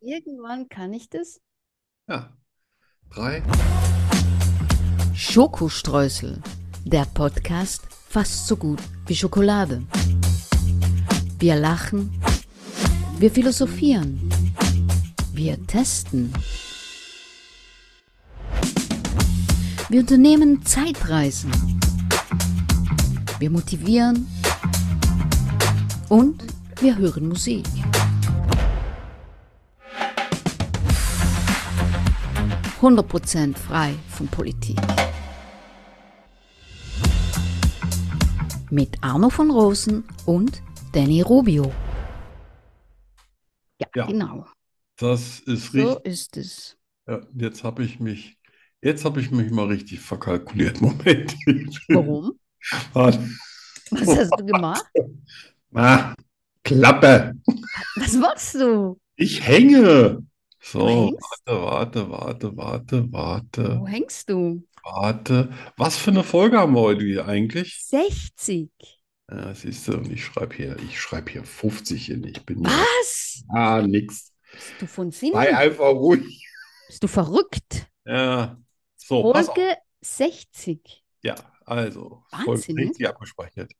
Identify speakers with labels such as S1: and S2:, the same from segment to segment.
S1: Irgendwann kann ich das.
S2: Ja. Drei.
S3: Schokostreusel, der Podcast fast so gut wie Schokolade. Wir lachen, wir philosophieren, wir testen. Wir unternehmen Zeitreisen. Wir motivieren und wir hören Musik. Hundert Prozent frei von Politik. Mit Arno von Rosen und Danny Rubio. Ja,
S2: Ja.
S3: genau.
S2: Das ist
S3: So
S2: richtig.
S3: ist es.
S2: Ja, jetzt habe ich mich, jetzt habe ich mich mal richtig verkalkuliert. Moment.
S3: Warum?
S2: Warte.
S3: Was hast du gemacht?
S2: Ah, Klappe.
S3: Was machst du?
S2: Ich hänge.
S3: Du
S2: So,
S3: hängst?
S2: warte, warte, warte, warte,
S3: Wo hängst du?
S2: warte. Was für eine Folge haben wir heute hier eigentlich?
S3: 60.
S2: Ja, siehst du, und ich schreibe hier, ich schreibe hier 50 hin. Ich bin ja, äh,
S3: Was? Hm.
S2: ah, nix.
S3: Bist du von
S2: Sei
S3: Sinnen?
S2: einfach ruhig.
S3: Bist du verrückt?
S2: Ja. So, Oh, pass auf.
S3: Folge 60.
S2: Ja, also, Folge
S3: Wahnsinn, ne?
S2: 60 abgespeichert.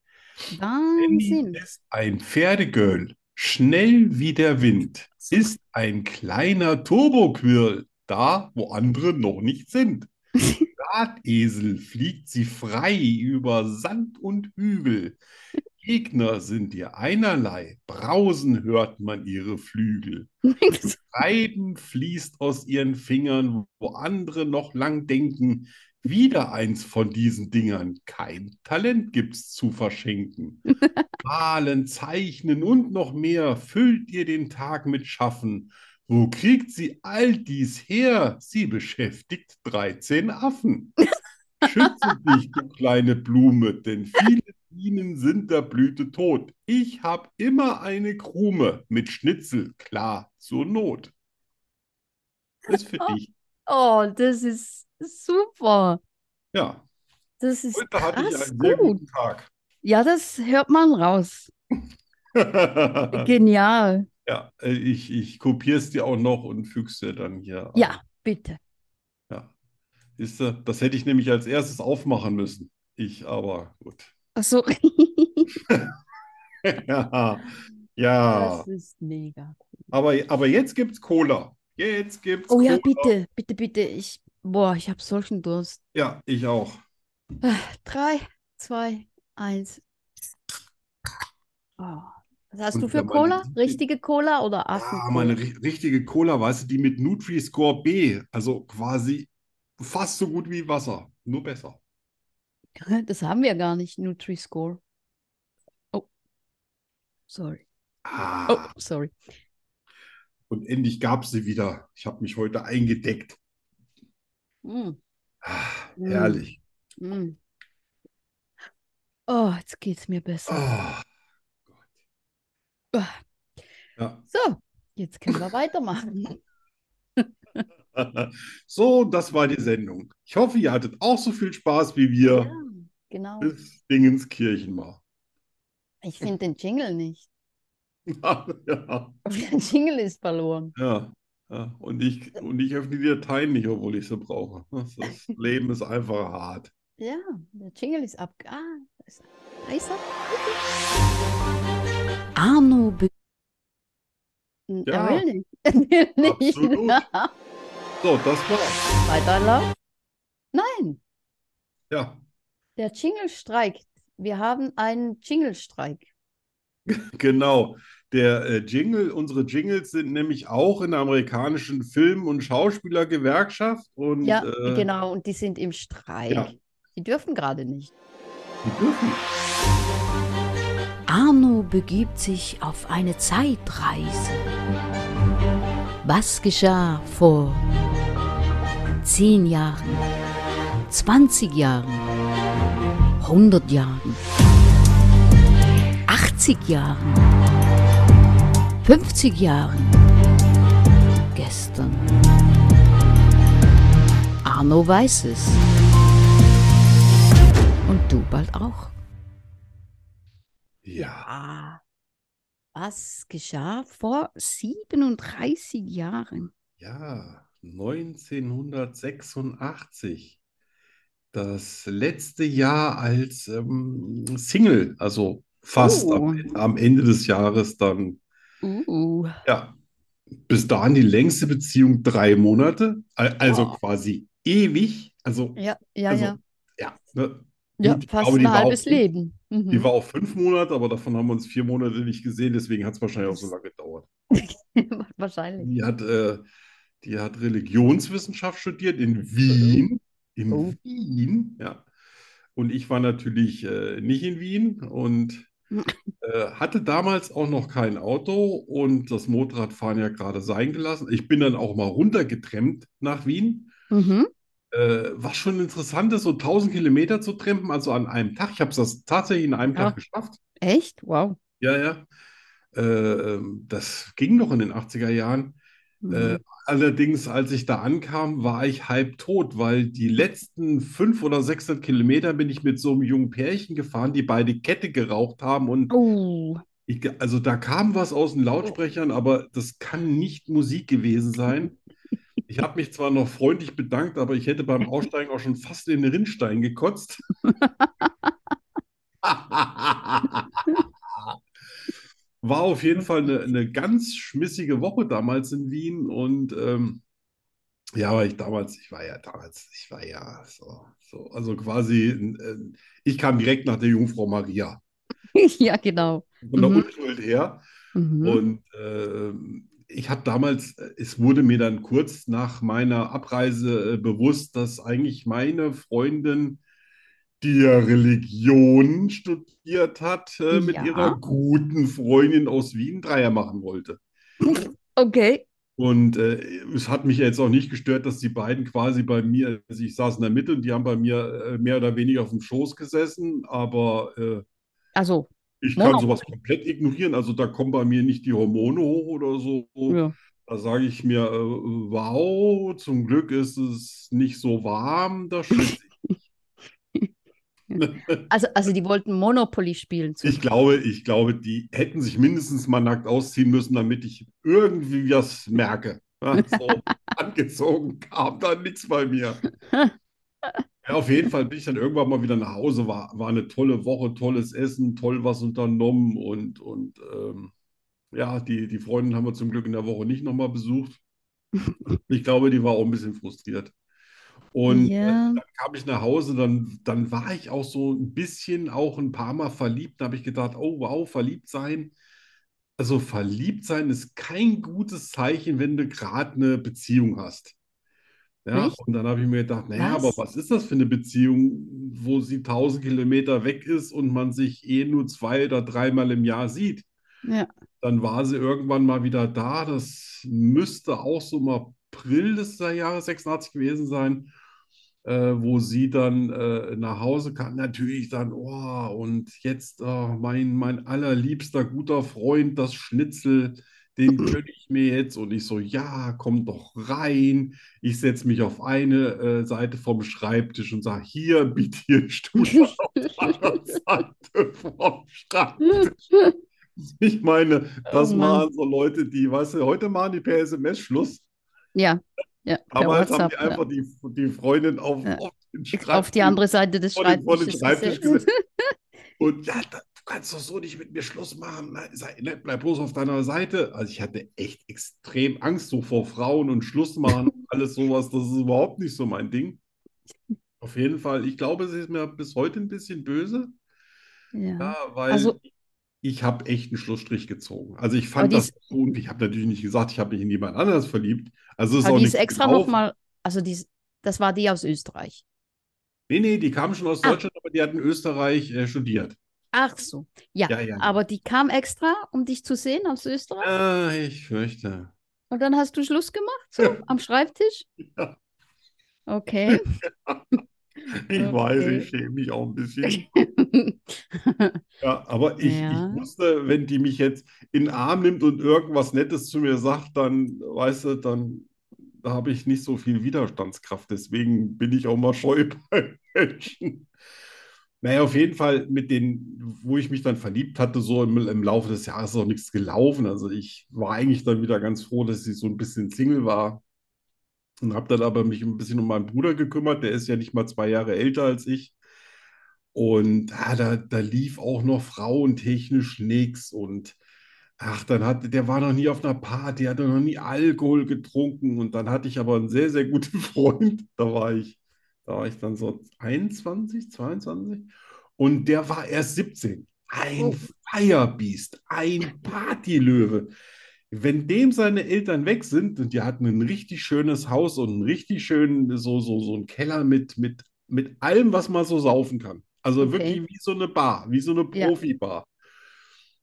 S2: Danny
S3: Wahnsinn.
S2: ist ein Pferdegirl, schnell wie der Wind, ist ein kleiner Turboquirl, da wo andere noch nicht sind. Drahtesel fliegt sie frei über Sand und Hügel. Gegner sind ihr einerlei, brausen hört man ihre Flügel. Treiben fließt aus ihren Fingern, wo andere noch lang denken. Wieder eins von diesen Dingern. Kein Talent gibt's zu verschenken. Malen, zeichnen und noch mehr füllt ihr den Tag mit Schaffen. Wo kriegt sie all dies her? Sie beschäftigt 13 Affen. Schütze dich, du kleine Blume, denn viele Bienen sind der Blüte tot. Ich hab immer eine Krume mit Schnitzel, klar, zur Not. Ist für
S3: Oh.
S2: dich.
S3: Oh, das ist super.
S2: Ja,
S3: Das ist
S2: heute hatte ich
S3: krass
S2: einen sehr
S3: gut.
S2: guten Tag.
S3: Ja, das hört man raus. Genial.
S2: Ja, äh, ich, ich kopiere es dir auch noch und füge es dir dann hier an.
S3: Ja, bitte.
S2: Ja. Siehst du, das hätte ich nämlich als erstes aufmachen müssen. Ich aber, gut.
S3: Achso,
S2: Ja, ja. Ah.
S3: das ist mega.
S2: Aber, aber jetzt gibt's Cola. Jetzt gibt's
S3: Oh ja,
S2: Cola.
S3: bitte, bitte, bitte. Ich, boah, ich habe solchen Durst.
S2: Ja, ich auch.
S3: Drei, zwei, eins. Oh. Was hast
S2: Und
S3: du für
S2: wenn man
S3: Cola?
S2: die-
S3: Richtige Cola oder
S2: Ja,
S3: Affencola?
S2: Ah, meine ri- richtige Cola, weißt du, die mit Nutri-Score B, also quasi fast so gut wie Wasser, nur besser.
S3: Das haben wir gar nicht, Nutri-Score. Oh, sorry. Oh,
S2: Ah,
S3: sorry.
S2: und endlich gab sie wieder. Ich habe mich heute eingedeckt.
S3: Mm,
S2: Ah,
S3: Mm.
S2: herrlich.
S3: mm. Oh, jetzt geht's mir besser.
S2: Ah, Oh.
S3: Ah.
S2: ja.
S3: So, jetzt können wir weitermachen.
S2: So, das war die Sendung. Ich hoffe, ihr hattet auch so viel Spaß wie wir
S3: Ja, genau.
S2: bis Dingenskirchen war.
S3: Ich finde den Jingle nicht.
S2: Ja,
S3: Der Jingle ist verloren.
S2: ja, ja. Und ich, und ich öffne die Dateien nicht, obwohl ich sie brauche. Das, das Leben ist einfach hart.
S3: Ja, der Jingle ist ab. Ah, da ist er. Da ist er. Arno Be
S1: Hm,
S2: Ja.
S3: Er will nicht. Er will nicht.
S2: Absolut. So, das war's.
S3: Weiterlauf? Nein,
S2: Ja,
S3: der Jingle streikt. Wir haben einen Jingle-Streik.
S2: genau. Der äh, Jingle, unsere Jingles sind nämlich auch in der amerikanischen Film- und Schauspielergewerkschaft und
S3: Ja,
S2: äh, genau.
S3: genau, und die sind im Streik.
S2: ja.
S3: Die dürfen gerade nicht.
S2: die dürfen.
S3: Arno begibt sich auf eine Zeitreise. Was geschah Ah, vor 10 Jahren, 20 Jahren, 100 Jahren, 80 Jahren, 50 Jahren, gestern? Arno weiß es. Und du bald auch.
S2: Ja,
S3: Ah,
S1: Was geschah vor 37 Jahren?
S2: Ja, 1986. Das letzte Jahr als ähm, Single, also fast
S1: Oh.
S2: am, am Ende des Jahres dann.
S1: Uh,
S2: Ja, bis dahin die längste Beziehung drei Monate, al- also
S1: Wow.
S2: quasi ewig. Also,
S1: ja, ja,
S2: also
S1: ja.
S2: ja, ne?
S1: Ja,
S2: Gut, ich
S1: fast
S2: glaube, die
S1: ein
S2: war
S1: halbes
S2: auch-
S1: Leben.
S2: Die
S1: Mhm.
S2: war auch fünf Monate, aber davon haben wir uns vier Monate nicht gesehen, deswegen hat es wahrscheinlich auch so lange gedauert.
S1: Wahrscheinlich.
S2: Die hat, äh, die hat Religionswissenschaft studiert in Wien. In
S1: Oh.
S2: Wien, ja. Und ich war natürlich äh, nicht in Wien und äh, hatte damals auch noch kein Auto und das Motorradfahren ja gerade sein gelassen. Ich bin dann auch mal runtergetrennt nach Wien.
S1: Mhm.
S2: Äh, was schon interessant ist, so 1000 Kilometer zu trampen, also an einem Tag. Ich habe das tatsächlich in einem
S1: Ja.
S2: Tag geschafft.
S1: Echt? Wow.
S2: Ja, ja. Äh, ähm, das ging noch in den 80er Jahren. Äh,
S1: Mhm.
S2: allerdings, als ich da ankam, war ich halb tot, weil die letzten 500 oder 600 Kilometer bin ich mit so einem jungen Pärchen gefahren, die beide Kette geraucht haben. Und
S1: Oh.
S2: ich, ge- also da kam was aus den Lautsprechern, aber das kann nicht Musik gewesen sein. Ich habe mich zwar noch freundlich bedankt, aber ich hätte beim Aussteigen auch schon fast in den Rinnstein gekotzt. War auf jeden Fall eine, eine ganz schmissige Woche damals in Wien und ähm, ja, weil ich damals, ich war ja damals, ich war ja so, so also quasi, äh, ich kam direkt nach der Jungfrau Maria
S1: Ja, genau.
S2: von der
S1: Mhm.
S2: Unschuld her
S1: Mhm.
S2: und ähm, ich habe damals, äh, es wurde mir dann kurz nach meiner Abreise äh, bewusst, dass eigentlich meine Freundin die ja Religion studiert hat, äh, mit ihrer
S1: Ja.
S2: guten Freundin aus Wien Dreier machen wollte.
S1: Okay.
S2: Und äh, es hat mich jetzt auch nicht gestört, dass die beiden quasi bei mir, also ich saß in der Mitte und die haben bei mir äh, mehr oder weniger auf dem Schoß gesessen, aber äh,
S1: Also,
S2: ich kann
S1: Mono.
S2: sowas komplett ignorieren. Also da kommen bei mir nicht die Hormone hoch oder so.
S1: Ja.
S2: Da sage ich mir, äh, wow, zum Glück ist es nicht so warm, das schätze ich.
S1: Also, also die wollten Monopoly spielen
S2: Ich
S1: zusammen.
S2: glaube, ich glaube, die hätten sich mindestens mal nackt ausziehen müssen, damit ich irgendwie was merke. Ja, so angezogen kam da nichts bei mir. Ja, auf jeden Fall bin ich dann irgendwann mal wieder nach Hause. War, war eine tolle Woche, tolles Essen, toll was unternommen und, und ähm, ja, die, die Freundin haben wir zum Glück in der Woche nicht nochmal besucht. Ich glaube, die war auch ein bisschen frustriert. Und äh,
S1: Ja.
S2: dann kam ich nach Hause, dann, dann war ich auch so ein bisschen auch ein paar Mal verliebt. Da habe ich gedacht, oh wow, verliebt sein. Also verliebt sein ist kein gutes Zeichen, wenn du gerade eine Beziehung hast. Ja,
S1: Nicht?
S2: und dann habe ich mir gedacht, naja, aber
S1: Was?
S2: was ist das für eine Beziehung, wo sie 1000 Kilometer weg ist und man sich eh nur zwei oder dreimal im Jahr sieht?
S1: Ja.
S2: Dann war sie irgendwann mal wieder da. Das müsste auch so im April des Jahres 86 gewesen sein, äh, wo sie dann äh, nach Hause kam. Natürlich dann, oh, und jetzt oh, mein, mein allerliebster guter Freund, das Schnitzel,
S1: Mhm.
S2: den gönne ich mir jetzt. Und ich so, ja, komm doch rein. Ich setze mich auf eine äh, Seite vom Schreibtisch und sage, hier, bitte hier einen Stuhl auf der anderen Seite vom Schreibtisch. Ich meine,
S1: Oh
S2: das
S1: Mann.
S2: waren so Leute, die, weißt du, heute machen die per SMS Schluss.
S1: Ja, ja, per
S2: Damals haben die
S1: WhatsApp, ja.
S2: einfach die, die Freundin auf,
S1: Ja.
S2: auf den
S1: Auf die
S2: Schreibtisch,
S1: andere Seite des
S2: vor den, vor den
S1: Schreibtisches
S2: Schreibtisch
S1: gesetzt.
S2: gesetzt. Und ja, da, du kannst doch so nicht mit mir Schluss machen. Nein, sei, nein, bleib bloß auf deiner Seite. Also ich hatte echt extrem Angst so vor Frauen und Schluss machen und alles sowas. Das ist überhaupt nicht so mein Ding. Auf jeden Fall, ich glaube, sie ist mir bis heute ein bisschen böse.
S1: Ja.
S2: Ja, weil
S1: Also,
S2: ich habe echt einen Schlussstrich gezogen. Also ich
S1: aber
S2: fand
S1: die
S2: das
S1: ist,
S2: so, und ich habe natürlich nicht gesagt, ich habe mich in jemand anders verliebt. Also ist
S1: aber
S2: auch
S1: die ist
S2: nichts
S1: extra
S2: gelaufen.
S1: nochmal, also die ist, das war die aus Österreich.
S2: Nee, nee, die kam schon aus
S1: Ah,
S2: Deutschland, aber die hat in Österreich äh, studiert.
S1: ach so. Ja,
S2: Ja, ja, ja.
S1: aber die kam extra, um dich zu sehen aus Österreich.
S2: Ah, ich fürchte.
S1: Und dann hast du Schluss gemacht, so, am Schreibtisch.
S2: Ja,
S1: Okay.
S2: ich weiß,
S1: Okay.
S2: ich schäme mich auch ein bisschen. Ja, aber ich, ich
S1: Ja.
S2: wusste, wenn die mich jetzt in den Arm nimmt und irgendwas Nettes zu mir sagt, dann, weißt du, dann da habe ich nicht so viel Widerstandskraft. Deswegen bin ich auch mal scheu bei Menschen. Naja, auf jeden Fall mit den, wo ich mich dann verliebt hatte, so im, im Laufe des Jahres ist auch nichts gelaufen. Also ich war eigentlich dann wieder ganz froh, dass ich so ein bisschen Single war und habe dann aber mich ein bisschen um meinen Bruder gekümmert. Der ist ja nicht mal zwei Jahre älter als ich. Und ah, da, da lief auch noch frauentechnisch nichts. Und ach, dann hatte, der war noch nie auf einer Party, hatte noch nie Alkohol getrunken. Und dann hatte ich aber einen sehr, sehr guten Freund. Da war ich, da war ich dann so 21, 22. Und der war erst 17. Ein
S1: Oh.
S2: Firebeast, ein Partylöwe. Wenn dem seine Eltern weg sind und die hatten ein richtig schönes Haus und ein richtig schönen, so, so, so ein Keller mit, mit, mit allem, was man so saufen kann. Also
S1: Okay.
S2: wirklich wie so eine Bar, wie so eine
S1: Ja.
S2: Profibar.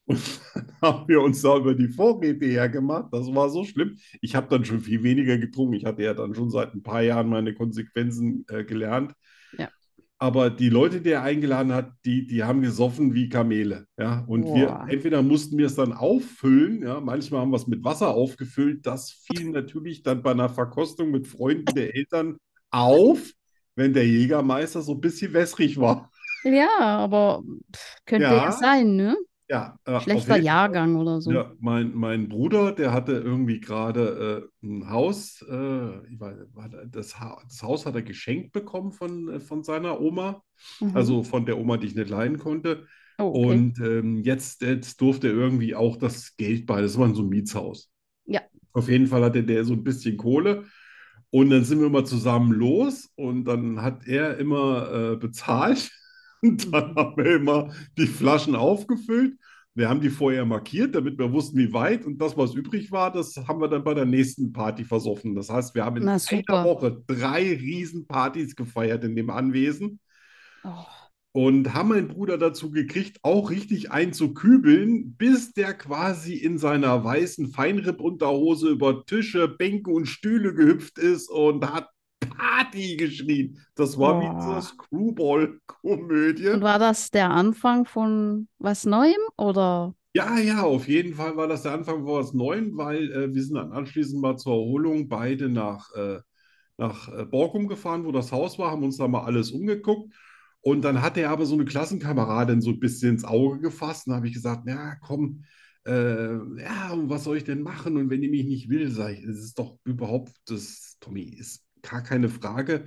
S2: Und dann haben wir uns da über die Vorräte hergemacht. Das war so schlimm. Ich habe dann schon viel weniger getrunken. Ich hatte ja dann schon seit ein paar Jahren meine Konsequenzen äh, gelernt.
S1: Ja.
S2: Aber die Leute, die er eingeladen hat, die, die haben gesoffen wie Kamele. Ja? Und wir,
S1: Boah.
S2: entweder mussten wir es dann auffüllen, ja? manchmal haben wir es mit Wasser aufgefüllt. Das fiel natürlich dann bei einer Verkostung mit Freunden der Eltern auf, wenn der Jägermeister so ein bisschen wässrig war.
S1: Ja, aber pff, könnte ja
S2: Ja.
S1: sein, ne?
S2: Ja, äh, auf
S1: Schlechter
S2: jeden
S1: Jahrgang oder so.
S2: Ja, mein, mein Bruder, der hatte irgendwie gerade äh, ein Haus, äh, ich weiß, war da- das, ha das Haus hat er geschenkt bekommen von, äh, von seiner Oma,
S1: Mhm.
S2: also von der Oma, die ich nicht leihen konnte.
S1: Oh, okay.
S2: Und ähm, jetzt, jetzt durfte er irgendwie auch das Geld bei, das war so ein Mietshaus.
S1: Ja.
S2: Auf jeden Fall hatte der so ein bisschen Kohle. Und dann sind wir mal zusammen los und dann hat er immer äh, bezahlt. Und dann haben wir immer die Flaschen aufgefüllt. Wir haben die vorher markiert, damit wir wussten, wie weit. Und das, was übrig war, das haben wir dann bei der nächsten Party versoffen. Das heißt, wir haben in
S1: Na,
S2: einer
S1: super.
S2: Woche drei Riesenpartys gefeiert in dem Anwesen
S1: Oh,
S2: und haben meinen Bruder dazu gekriegt, auch richtig einzukübeln, bis der quasi in seiner weißen Feinrippunterhose über Tische, Bänke und Stühle gehüpft ist und hat Party geschrien. Das war wie in so
S1: Boah.
S2: einer Screwball-Komödie.
S1: Und war das der Anfang von was Neuem oder?
S2: Ja, ja, auf jeden Fall war das der Anfang von was Neuem, weil äh, wir sind dann anschließend mal zur Erholung beide nach, äh, nach äh, Borkum gefahren, wo das Haus war, haben uns da mal alles umgeguckt. Und dann hat er aber so eine Klassenkameradin so ein bisschen ins Auge gefasst. Und da habe ich gesagt, na komm, äh, ja, und was soll ich denn machen? Und wenn die mich nicht will, sage ich, es ist doch überhaupt, das, Tommy, ist gar keine Frage.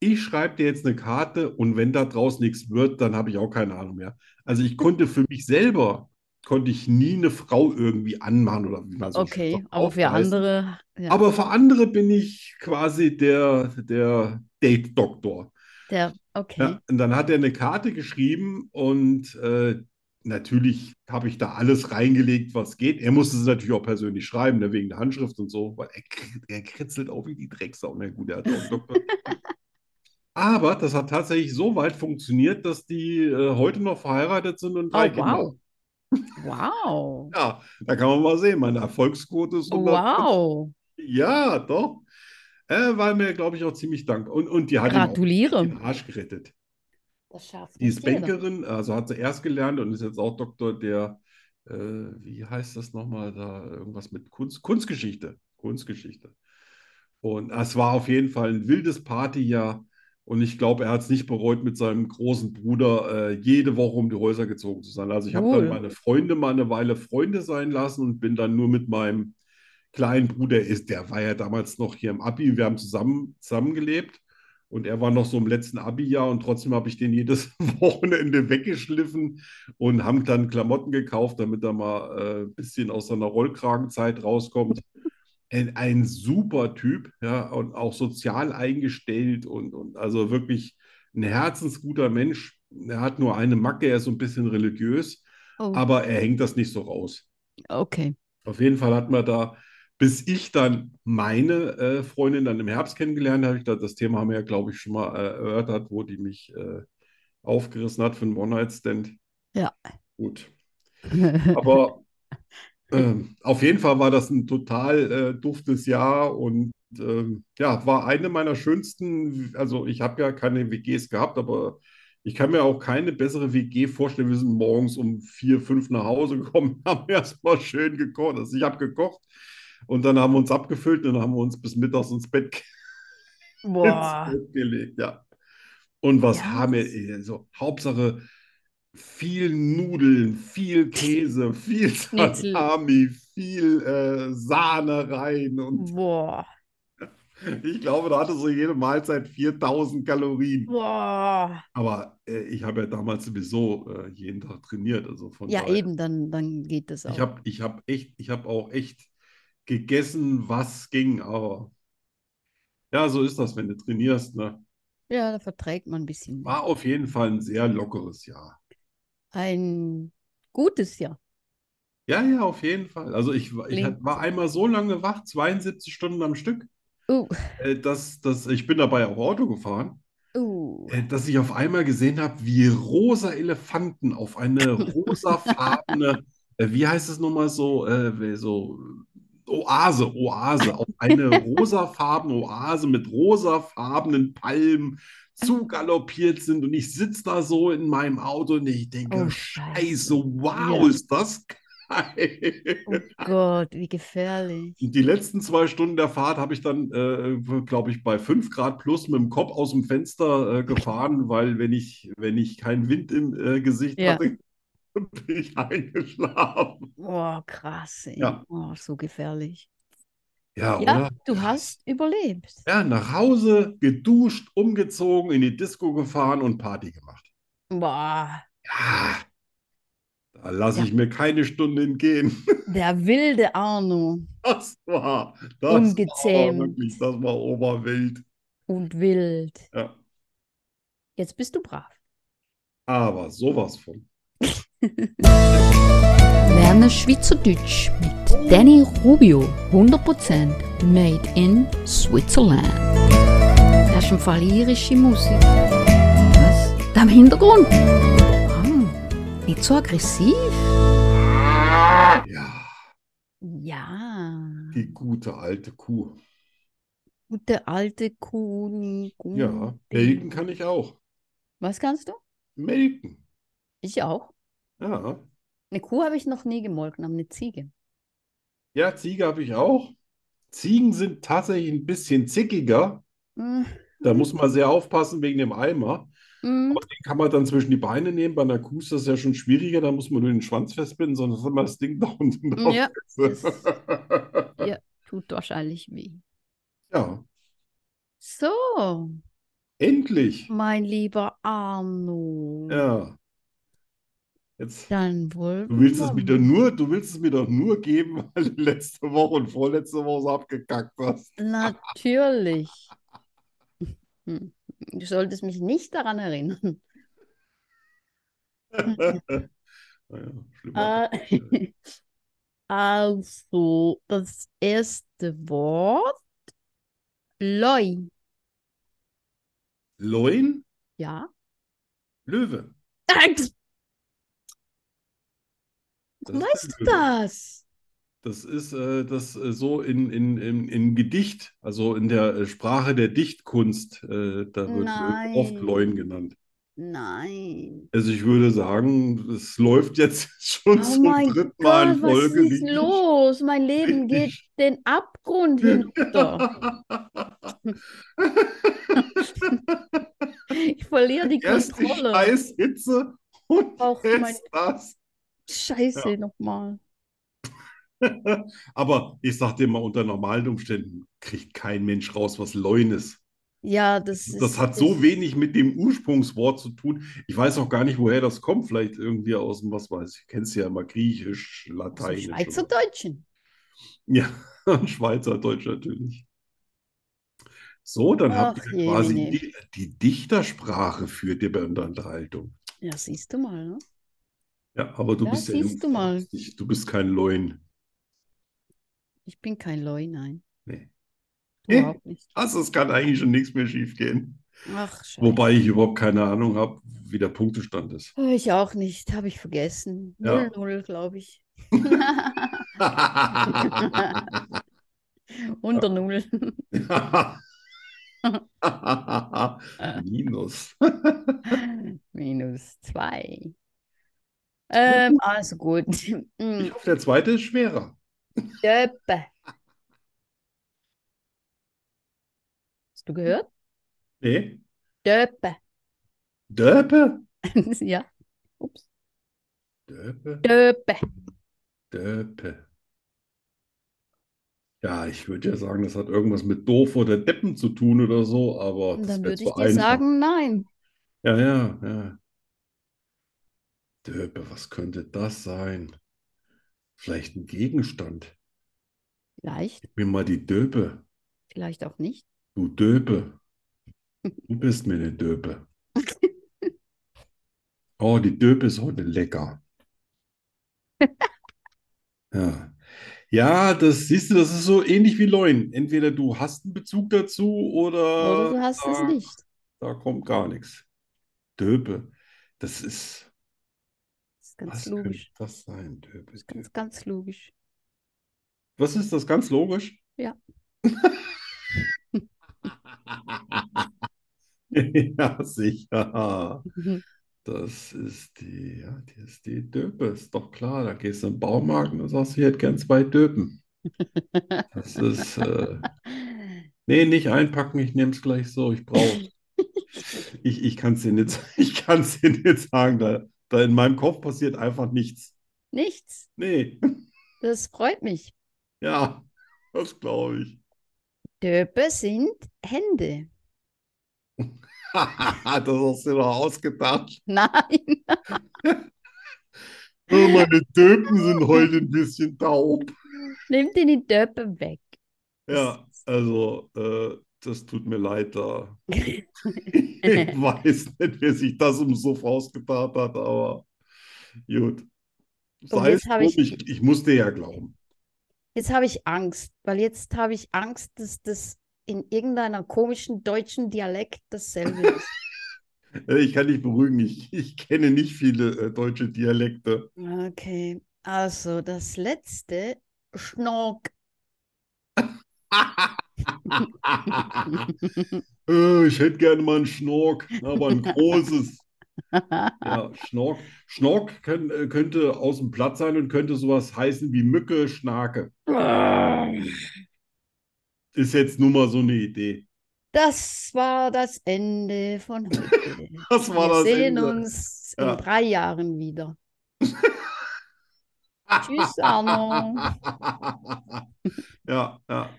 S2: Ich schreibe dir jetzt eine Karte und wenn da draus nichts wird, dann habe ich auch keine Ahnung mehr. Also ich konnte für mich selber, konnte ich nie eine Frau irgendwie anmachen oder wie man so schön
S1: Okay,
S2: sagt,
S1: aber für
S2: aufreißen.
S1: andere, ja,
S2: Aber für andere bin ich quasi der, der Date-Doktor.
S1: der, okay.
S2: Ja, und dann hat er eine Karte geschrieben und äh, natürlich habe ich da alles reingelegt, was geht. Er musste es natürlich auch persönlich schreiben, ne, wegen der Handschrift und so, weil er, kri- er kritzelt auch wie die Drecksau. Na gut, er hat auch einen Doktor. Aber das hat tatsächlich so weit funktioniert, dass die äh, heute noch verheiratet sind und drei
S1: Oh,
S2: Kinder
S1: wow. Wow.
S2: haben. Ja, da kann man mal sehen, meine Erfolgsquote ist
S1: Oh, Wow.
S2: Ja, doch. Äh, war mir, glaube ich, auch ziemlich dankbar. Und, und die hat ihm auch den
S1: Gratuliere.
S2: Arsch gerettet.
S3: Das schafft
S2: genau. Die ist
S3: nicht jeder.
S2: Bankerin, also hat sie erst gelernt und ist jetzt auch Doktor der, äh, wie heißt das nochmal da, irgendwas mit Kunst, Kunstgeschichte. Kunstgeschichte. Und es war auf jeden Fall ein wildes Partyjahr. Und ich glaube, er hat es nicht bereut, mit seinem großen Bruder äh, jede Woche um die Häuser gezogen zu sein. Also ich habe dann
S1: Cool.
S2: meine Freunde mal eine Weile Freunde sein lassen und bin dann nur mit meinem kleinen Bruder, ist, der war ja damals noch hier im Abi, wir haben zusammen, zusammengelebt. Und er war noch so im letzten Abi-Jahr und trotzdem habe ich den jedes Wochenende weggeschliffen und haben dann Klamotten gekauft, damit er mal äh, ein bisschen aus seiner Rollkragenzeit rauskommt. Ein, ein super Typ, ja, und auch sozial eingestellt und, und also wirklich ein herzensguter Mensch. Er hat nur eine Macke, er ist so ein bisschen religiös,
S1: Oh,
S2: aber er hängt das nicht so raus.
S1: okay.
S2: Auf jeden Fall hat man da, bis ich dann meine äh, Freundin dann im Herbst kennengelernt habe, ich da, das Thema haben wir ja, glaube ich, schon mal äh, erörtert, wo die mich äh, aufgerissen hat für einen One-Night-Stand.
S1: Ja.
S2: Gut. Aber ähm, auf jeden Fall war das ein total äh, duftes Jahr und ähm, ja, war eine meiner schönsten. Also, ich habe ja keine WGs gehabt, aber ich kann mir auch keine bessere WG vorstellen. Wir sind morgens um vier, fünf nach Hause gekommen, haben erstmal schön gekocht. Also, ich habe gekocht und dann haben wir uns abgefüllt und dann haben wir uns bis mittags ins Bett, ins
S3: Boah.
S2: Bett gelegt. Ja, Und was
S1: Ja.
S2: haben wir? äh, So, Hauptsache viel Nudeln, viel Käse, viel
S1: Schnitzel.
S2: Salami, viel äh, Sahne rein. Und
S3: Boah. Mhm.
S2: ich glaube, da hatte so jede Mahlzeit 4000 Kalorien.
S3: Boah.
S2: Aber äh, ich habe ja damals sowieso äh, jeden Tag trainiert. Also von
S3: Ja,
S2: daher.
S3: eben, dann, dann geht das auch.
S2: Ich habe ich hab echt, ich habe auch echt gegessen, was ging. Aber ja, so ist das, wenn du trainierst. Ne?
S3: ja, da verträgt man ein bisschen. mehr.
S2: War auf jeden Fall ein sehr lockeres Jahr.
S3: Ein gutes Jahr.
S2: Ja, ja, auf jeden Fall. Also ich, war- ich
S3: Klingt
S2: hat- war einmal so lange wach, 72 Stunden am Stück,
S3: Uh,
S2: äh, dass, dass ich bin dabei auch Auto gefahren,
S3: uh.
S2: äh, dass ich auf einmal gesehen habe, wie rosa Elefanten auf eine rosafarbene, äh, wie heißt es nochmal so, äh, so Oase, Oase, auf eine rosafarbene Oase mit rosafarbenen Palmen zugaloppiert sind und ich sitze da so in meinem Auto und ich denke,
S3: Oh,
S2: Scheiße,
S3: Scheiße.
S2: wow,
S3: Ja.
S2: ist das geil.
S3: Oh Gott, wie gefährlich.
S2: Und Die letzten zwei Stunden der Fahrt habe ich dann, äh, glaube ich, bei 5 Grad plus mit dem Kopf aus dem Fenster äh, gefahren, weil wenn ich, wenn ich keinen Wind im äh, Gesicht
S3: Ja.
S2: hatte, bin ich eingeschlafen.
S3: Oh, krass, ey.
S2: Ja.
S3: Oh, so gefährlich.
S2: Ja,
S3: Ja,
S2: oder?
S3: du hast überlebt.
S2: Ja, nach Hause, geduscht, umgezogen, in die Disco gefahren und Party gemacht.
S3: Boah,
S2: Ja, da lasse
S3: Ja.
S2: ich mir keine Stunde entgehen.
S3: der wilde Arno
S2: Das war, das war
S3: Ungezähmt.
S2: wirklich, das war oberwild.
S3: und wild.
S2: Ja,
S3: Jetzt bist du brav.
S2: aber sowas von.
S4: Lerne Schweizerdeutsch mit Danny Rubio. 100% made in Switzerland. Das ist im Fall irische Musik. Was? Da im Hintergrund? Ah, nicht so aggressiv.
S2: Ja,
S3: Ja,
S2: die gute alte Kuh.
S3: gute alte Kuni.
S2: Ja, melken kann ich auch.
S3: Was kannst du?
S2: Melken.
S3: Ich auch.
S2: Ja.
S3: Eine Kuh habe ich noch nie gemolken, aber eine Ziege.
S2: Ja, Ziege habe ich auch. Ziegen sind tatsächlich ein bisschen zickiger.
S3: Mm,
S2: Da muss man sehr aufpassen wegen dem Eimer.
S3: mm.
S2: Aber den kann man dann zwischen die Beine nehmen. Bei einer Kuh ist das ja schon schwieriger. Da muss man nur den Schwanz festbinden, sonst hat man das Ding da unten drauf.
S3: mhm, Ja, das
S2: Ja.
S3: tut wahrscheinlich weh.
S2: Ja,
S3: So,
S2: endlich.
S3: mein lieber Arno.
S2: Ja. Jetzt,
S3: Dann wollen
S2: du willst
S3: wir
S2: es mir doch nur, du willst es mir doch nur geben, weil du letzte Woche und vorletzte Woche so abgekackt hast.
S3: Natürlich. Hm. Du solltest mich nicht daran erinnern.
S2: Naja, Ah schlimmer.
S3: Äh, Also, das erste Wort. Loi.
S2: Loin,
S3: Ja.
S2: Löwe.
S3: Axt,
S2: Das ist der
S3: Weißt du
S2: Löwe.
S3: das?
S2: Das ist äh, das äh, so in, in, in, in Gedicht, also in der äh, Sprache der Dichtkunst, äh, da wird Löwe oft
S3: Nein.
S2: Loin genannt.
S3: Nein.
S2: Also ich würde sagen, es läuft jetzt schon
S3: Oh
S2: zum
S3: mein
S2: dritten Mal in
S3: Gott, was
S2: Folge
S3: ist
S2: richtig-
S3: los? Mein Leben geht
S2: richtig
S3: den Abgrund hinunter. Ich verliere die
S2: Erst die
S3: Kontrolle.
S2: Scheißhitze und
S3: Auch
S2: jetzt
S3: mein-
S2: das.
S3: Scheiße, nochmal.
S2: Aber ich sag dir mal, unter normalen Umständen kriegt kein Mensch raus, was Leun ist.
S3: Ja, das ist.
S2: Das hat so wenig mit dem Ursprungswort zu tun. Ich weiß auch gar nicht, woher das kommt. Vielleicht irgendwie aus dem, was weiß ich, kennst ja immer Griechisch,
S3: Aus dem
S2: Lateinisch. oder-
S3: Schweizerdeutschen.
S2: Ja, und Schweizerdeutsch natürlich. So, dann habt
S3: Ach,
S2: ihr quasi
S3: Jemine.
S2: die, die Dichtersprache für die bei unserer Unterhaltung.
S3: Ja, siehst du mal, ne?
S2: Ja, aber du
S3: Ja,
S2: bist ja
S3: siehst
S2: jung,
S3: du mal.
S2: nicht- du bist kein Leun.
S3: Ich bin kein Leu, nein.
S2: Nee.
S3: Überhaupt nicht.
S2: Also es kann eigentlich schon nichts mehr schiefgehen.
S3: Ach, Scheiße.
S2: Wobei ich überhaupt keine Ahnung habe, wie der Punktestand ist.
S3: Äh, Ich auch nicht, habe ich vergessen.
S2: Ja.
S3: 0-0, glaube ich.
S2: Ja.
S3: Unter Null. Äh.
S2: Minus.
S3: Hm. Minus zwei.
S2: Hm.
S3: Ähm, also gut.
S2: Ich
S3: Mm,
S2: hoffe, der zweite ist schwerer.
S3: Döppe. Hast du gehört?
S2: Nee,
S3: Döppe.
S2: Döpe,
S1: Ja.
S2: Döpe,
S1: Döpe.
S2: Döpe. Ja, ich würde ja sagen, das hat irgendwas mit doof oder deppen zu tun oder so, aber
S3: Und
S2: das
S3: dann
S2: wär
S3: würde
S2: zu
S3: ich dir
S2: einfach.
S3: sagen, nein.
S2: Ja, ja, ja. Döpe, was könnte das sein? Vielleicht ein Gegenstand.
S3: Vielleicht,
S2: Gib mir mal die Döpe.
S3: vielleicht auch nicht.
S2: Du Döpe. Du bist mir eine Döpe. Oh, die Döpe ist heute lecker. Ja. Ja, das siehst du, das ist so ähnlich wie Leuen. Entweder du hast einen Bezug dazu
S3: Oder
S2: oder
S3: du hast es
S2: da,
S3: nicht.
S2: da kommt gar nichts. Döpe. Das ist,
S3: Das ist ganz
S2: was könnte
S3: logisch.
S2: das sein? Döpe,
S3: Das ist
S2: Döpe.
S3: ganz, ganz logisch.
S2: Was ist das? Ganz logisch?
S3: Ja.
S2: Ja, sicher.
S3: Mhm.
S2: Das ist die, ja, die ist die Döpe, ist doch klar. Da gehst du in den Baumarkt und sagst, ich hätte gern zwei Döpen. Das ist, äh, nee, nicht einpacken, ich nehme es gleich so, ich brauche Ich, ich kann es dir nicht, ich kann's dir nicht sagen, da, da in meinem Kopf passiert einfach nichts.
S3: Nichts.
S2: Nee,
S3: Das freut mich.
S2: ja, das glaube ich.
S3: Döpe sind Hände.
S2: Das hast du dir doch ausgedacht.
S3: Nein.
S2: Oh, meine Döpen sind heute ein bisschen taub.
S3: Nimm dir die Döpe weg.
S2: Ja, also, äh, das tut mir leid da. Ich weiß nicht, wer sich das im Suff ausgedacht hat, aber gut. Sei
S3: jetzt
S2: es
S3: hab ich-
S2: drum, ich, ich muss dir ja glauben.
S3: Jetzt habe ich Angst, weil jetzt habe ich Angst, dass das in irgendeiner komischen deutschen Dialekt dasselbe ist.
S2: Äh, Ich kann dich beruhigen, ich, ich kenne nicht viele äh, deutsche Dialekte.
S3: Okay, also das letzte, Schnork.
S2: Äh, ich hätte gerne mal einen Schnork, aber ein großes. Ja, Schnork. Schnork kann, äh, könnte aus dem Blatt sein und könnte sowas heißen wie Mücke, Schnake. Ist jetzt nur mal so eine Idee.
S3: Das war das Ende von heute.
S2: Das
S3: Wir
S2: war das
S3: sehen
S2: Ende.
S3: uns
S2: Ja.
S3: in drei Jahren wieder. Tschüss, Arno.
S2: Ja, ja.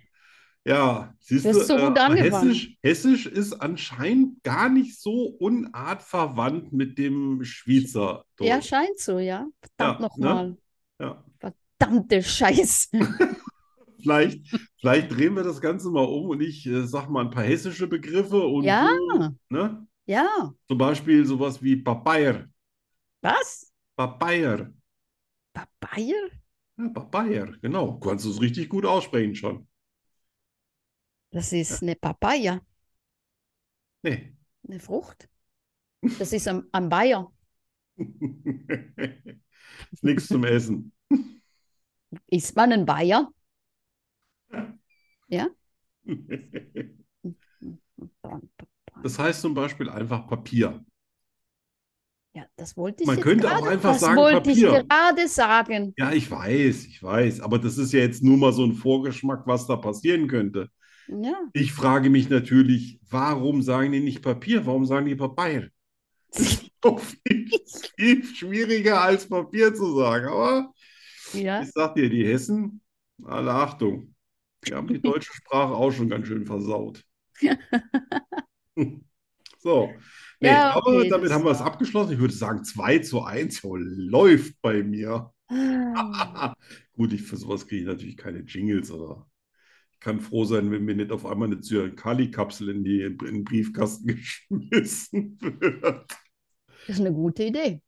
S2: Ja, siehst
S3: Du hast so
S2: äh,
S3: gut angefangen.
S2: Hessisch, Hessisch ist anscheinend gar nicht so unartverwandt mit dem Schweizer.
S3: Ja, scheint so, ja. Verdammt
S2: Ja, ne?
S3: nochmal.
S2: Ja.
S3: Verdammte Scheiße.
S2: Vielleicht, vielleicht drehen wir das Ganze mal um und ich äh, sag mal ein paar hessische Begriffe und
S3: Ja.
S2: du, ne?
S3: Ja,
S2: Zum Beispiel sowas wie Papaier.
S3: was?
S2: Papaier.
S3: Papaya?
S2: Ja, Papaier, genau. Kannst du es richtig gut aussprechen schon.
S3: Das ist eine Papaya,
S2: Nee.
S3: eine Frucht. Das ist am, am Bayer.
S2: Ist nichts zum Essen.
S3: Ist man ein Bayer?
S2: Das heißt zum Beispiel einfach Papier.
S3: Ja, das wollte ich
S2: Man
S3: jetzt
S2: könnte auch
S3: gerade,
S2: einfach
S3: das
S2: sagen,
S3: wollte ich
S2: Papier.
S3: gerade sagen.
S2: Ja, ich weiß, ich weiß, aber das ist ja jetzt nur mal so ein Vorgeschmack, was da passieren könnte.
S3: Ja.
S2: Ich frage mich natürlich, warum sagen die nicht Papier? Warum sagen die Papier? Das ist doch viel, viel schwieriger als Papier zu sagen, aber
S3: Ja,
S2: ich sag dir, die Hessen, alle Achtung, die haben die deutsche Sprache auch schon ganz schön versaut. So, nee,
S3: Ja,
S2: aber
S3: okay,
S2: damit
S3: das
S2: haben wir es
S3: war-
S2: abgeschlossen. Ich würde sagen, 2 zu 1, jo, läuft bei mir.
S3: Ah,
S2: Gut, ich, für sowas kriege ich natürlich keine Jingles, aber ich kann froh sein, wenn mir nicht auf einmal eine Zyankali-Kapsel in, die- in den Briefkasten geschmissen wird.
S3: das ist eine gute Idee.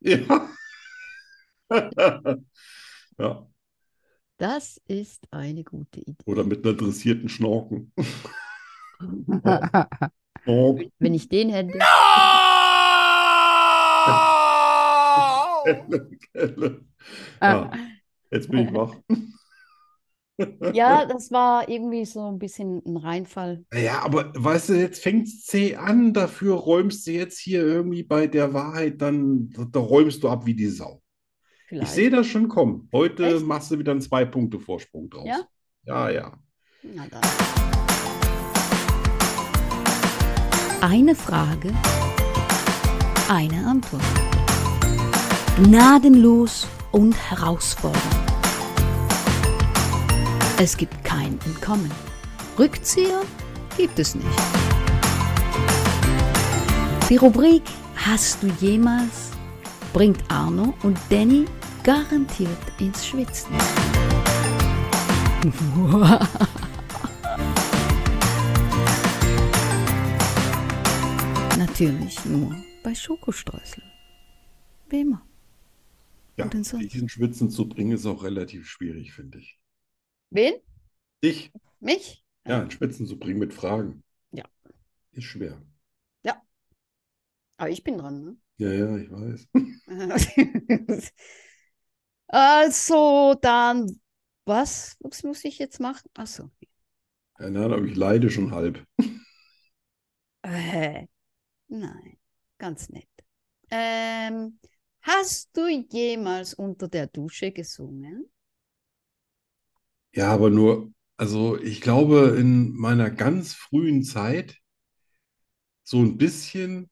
S2: Ja. Ja,
S3: Das ist eine gute Idee.
S2: oder mit einer dressierten Schnorken. Schnork.
S3: Wenn ich den hätte. Ah.
S2: Kelle, Kelle. Ja, jetzt bin ich wach.
S3: Ja, das war irgendwie so ein bisschen ein Reinfall.
S2: Ja, aber weißt du, jetzt fängt's zäh an, dafür räumst du jetzt hier irgendwie bei der Wahrheit, dann da, da räumst du ab wie die Sau. Ich
S3: Vielleicht.
S2: sehe das schon kommen. Heute
S3: Echt?
S2: machst du wieder einen Zwei-Punkte-Vorsprung draus.
S3: Ja?
S2: Ja, ja.
S3: Na dann.
S4: Eine Frage, eine Antwort. Gnadenlos und herausfordernd. Es gibt kein Entkommen. Rückzieher gibt es nicht. Die Rubrik Hast du jemals bringt Arno und Danny garantiert ins Schwitzen. Natürlich nur bei Schokostreuseln. Wie immer.
S2: Ja,
S4: Und
S3: Hm.
S4: dann so-
S2: diesen Schwitzen zu bringen, ist auch relativ schwierig, finde ich.
S3: Wen?
S2: Dich,
S3: Mich?
S2: ja, in Schwitzen zu bringen mit Fragen.
S3: Ja.
S2: Ist schwer.
S3: Aber Ah, ich bin dran,
S2: Ja, ja, ich weiß.
S3: ne? Also, dann, was muss, muss ich jetzt machen? Achso.
S2: Keine Ahnung, aber ich leide schon halb.
S3: Äh, nein, ganz nett. Ähm, hast du jemals unter der Dusche gesungen?
S2: Ja, aber nur, also ich glaube, in meiner ganz frühen Zeit so ein bisschen,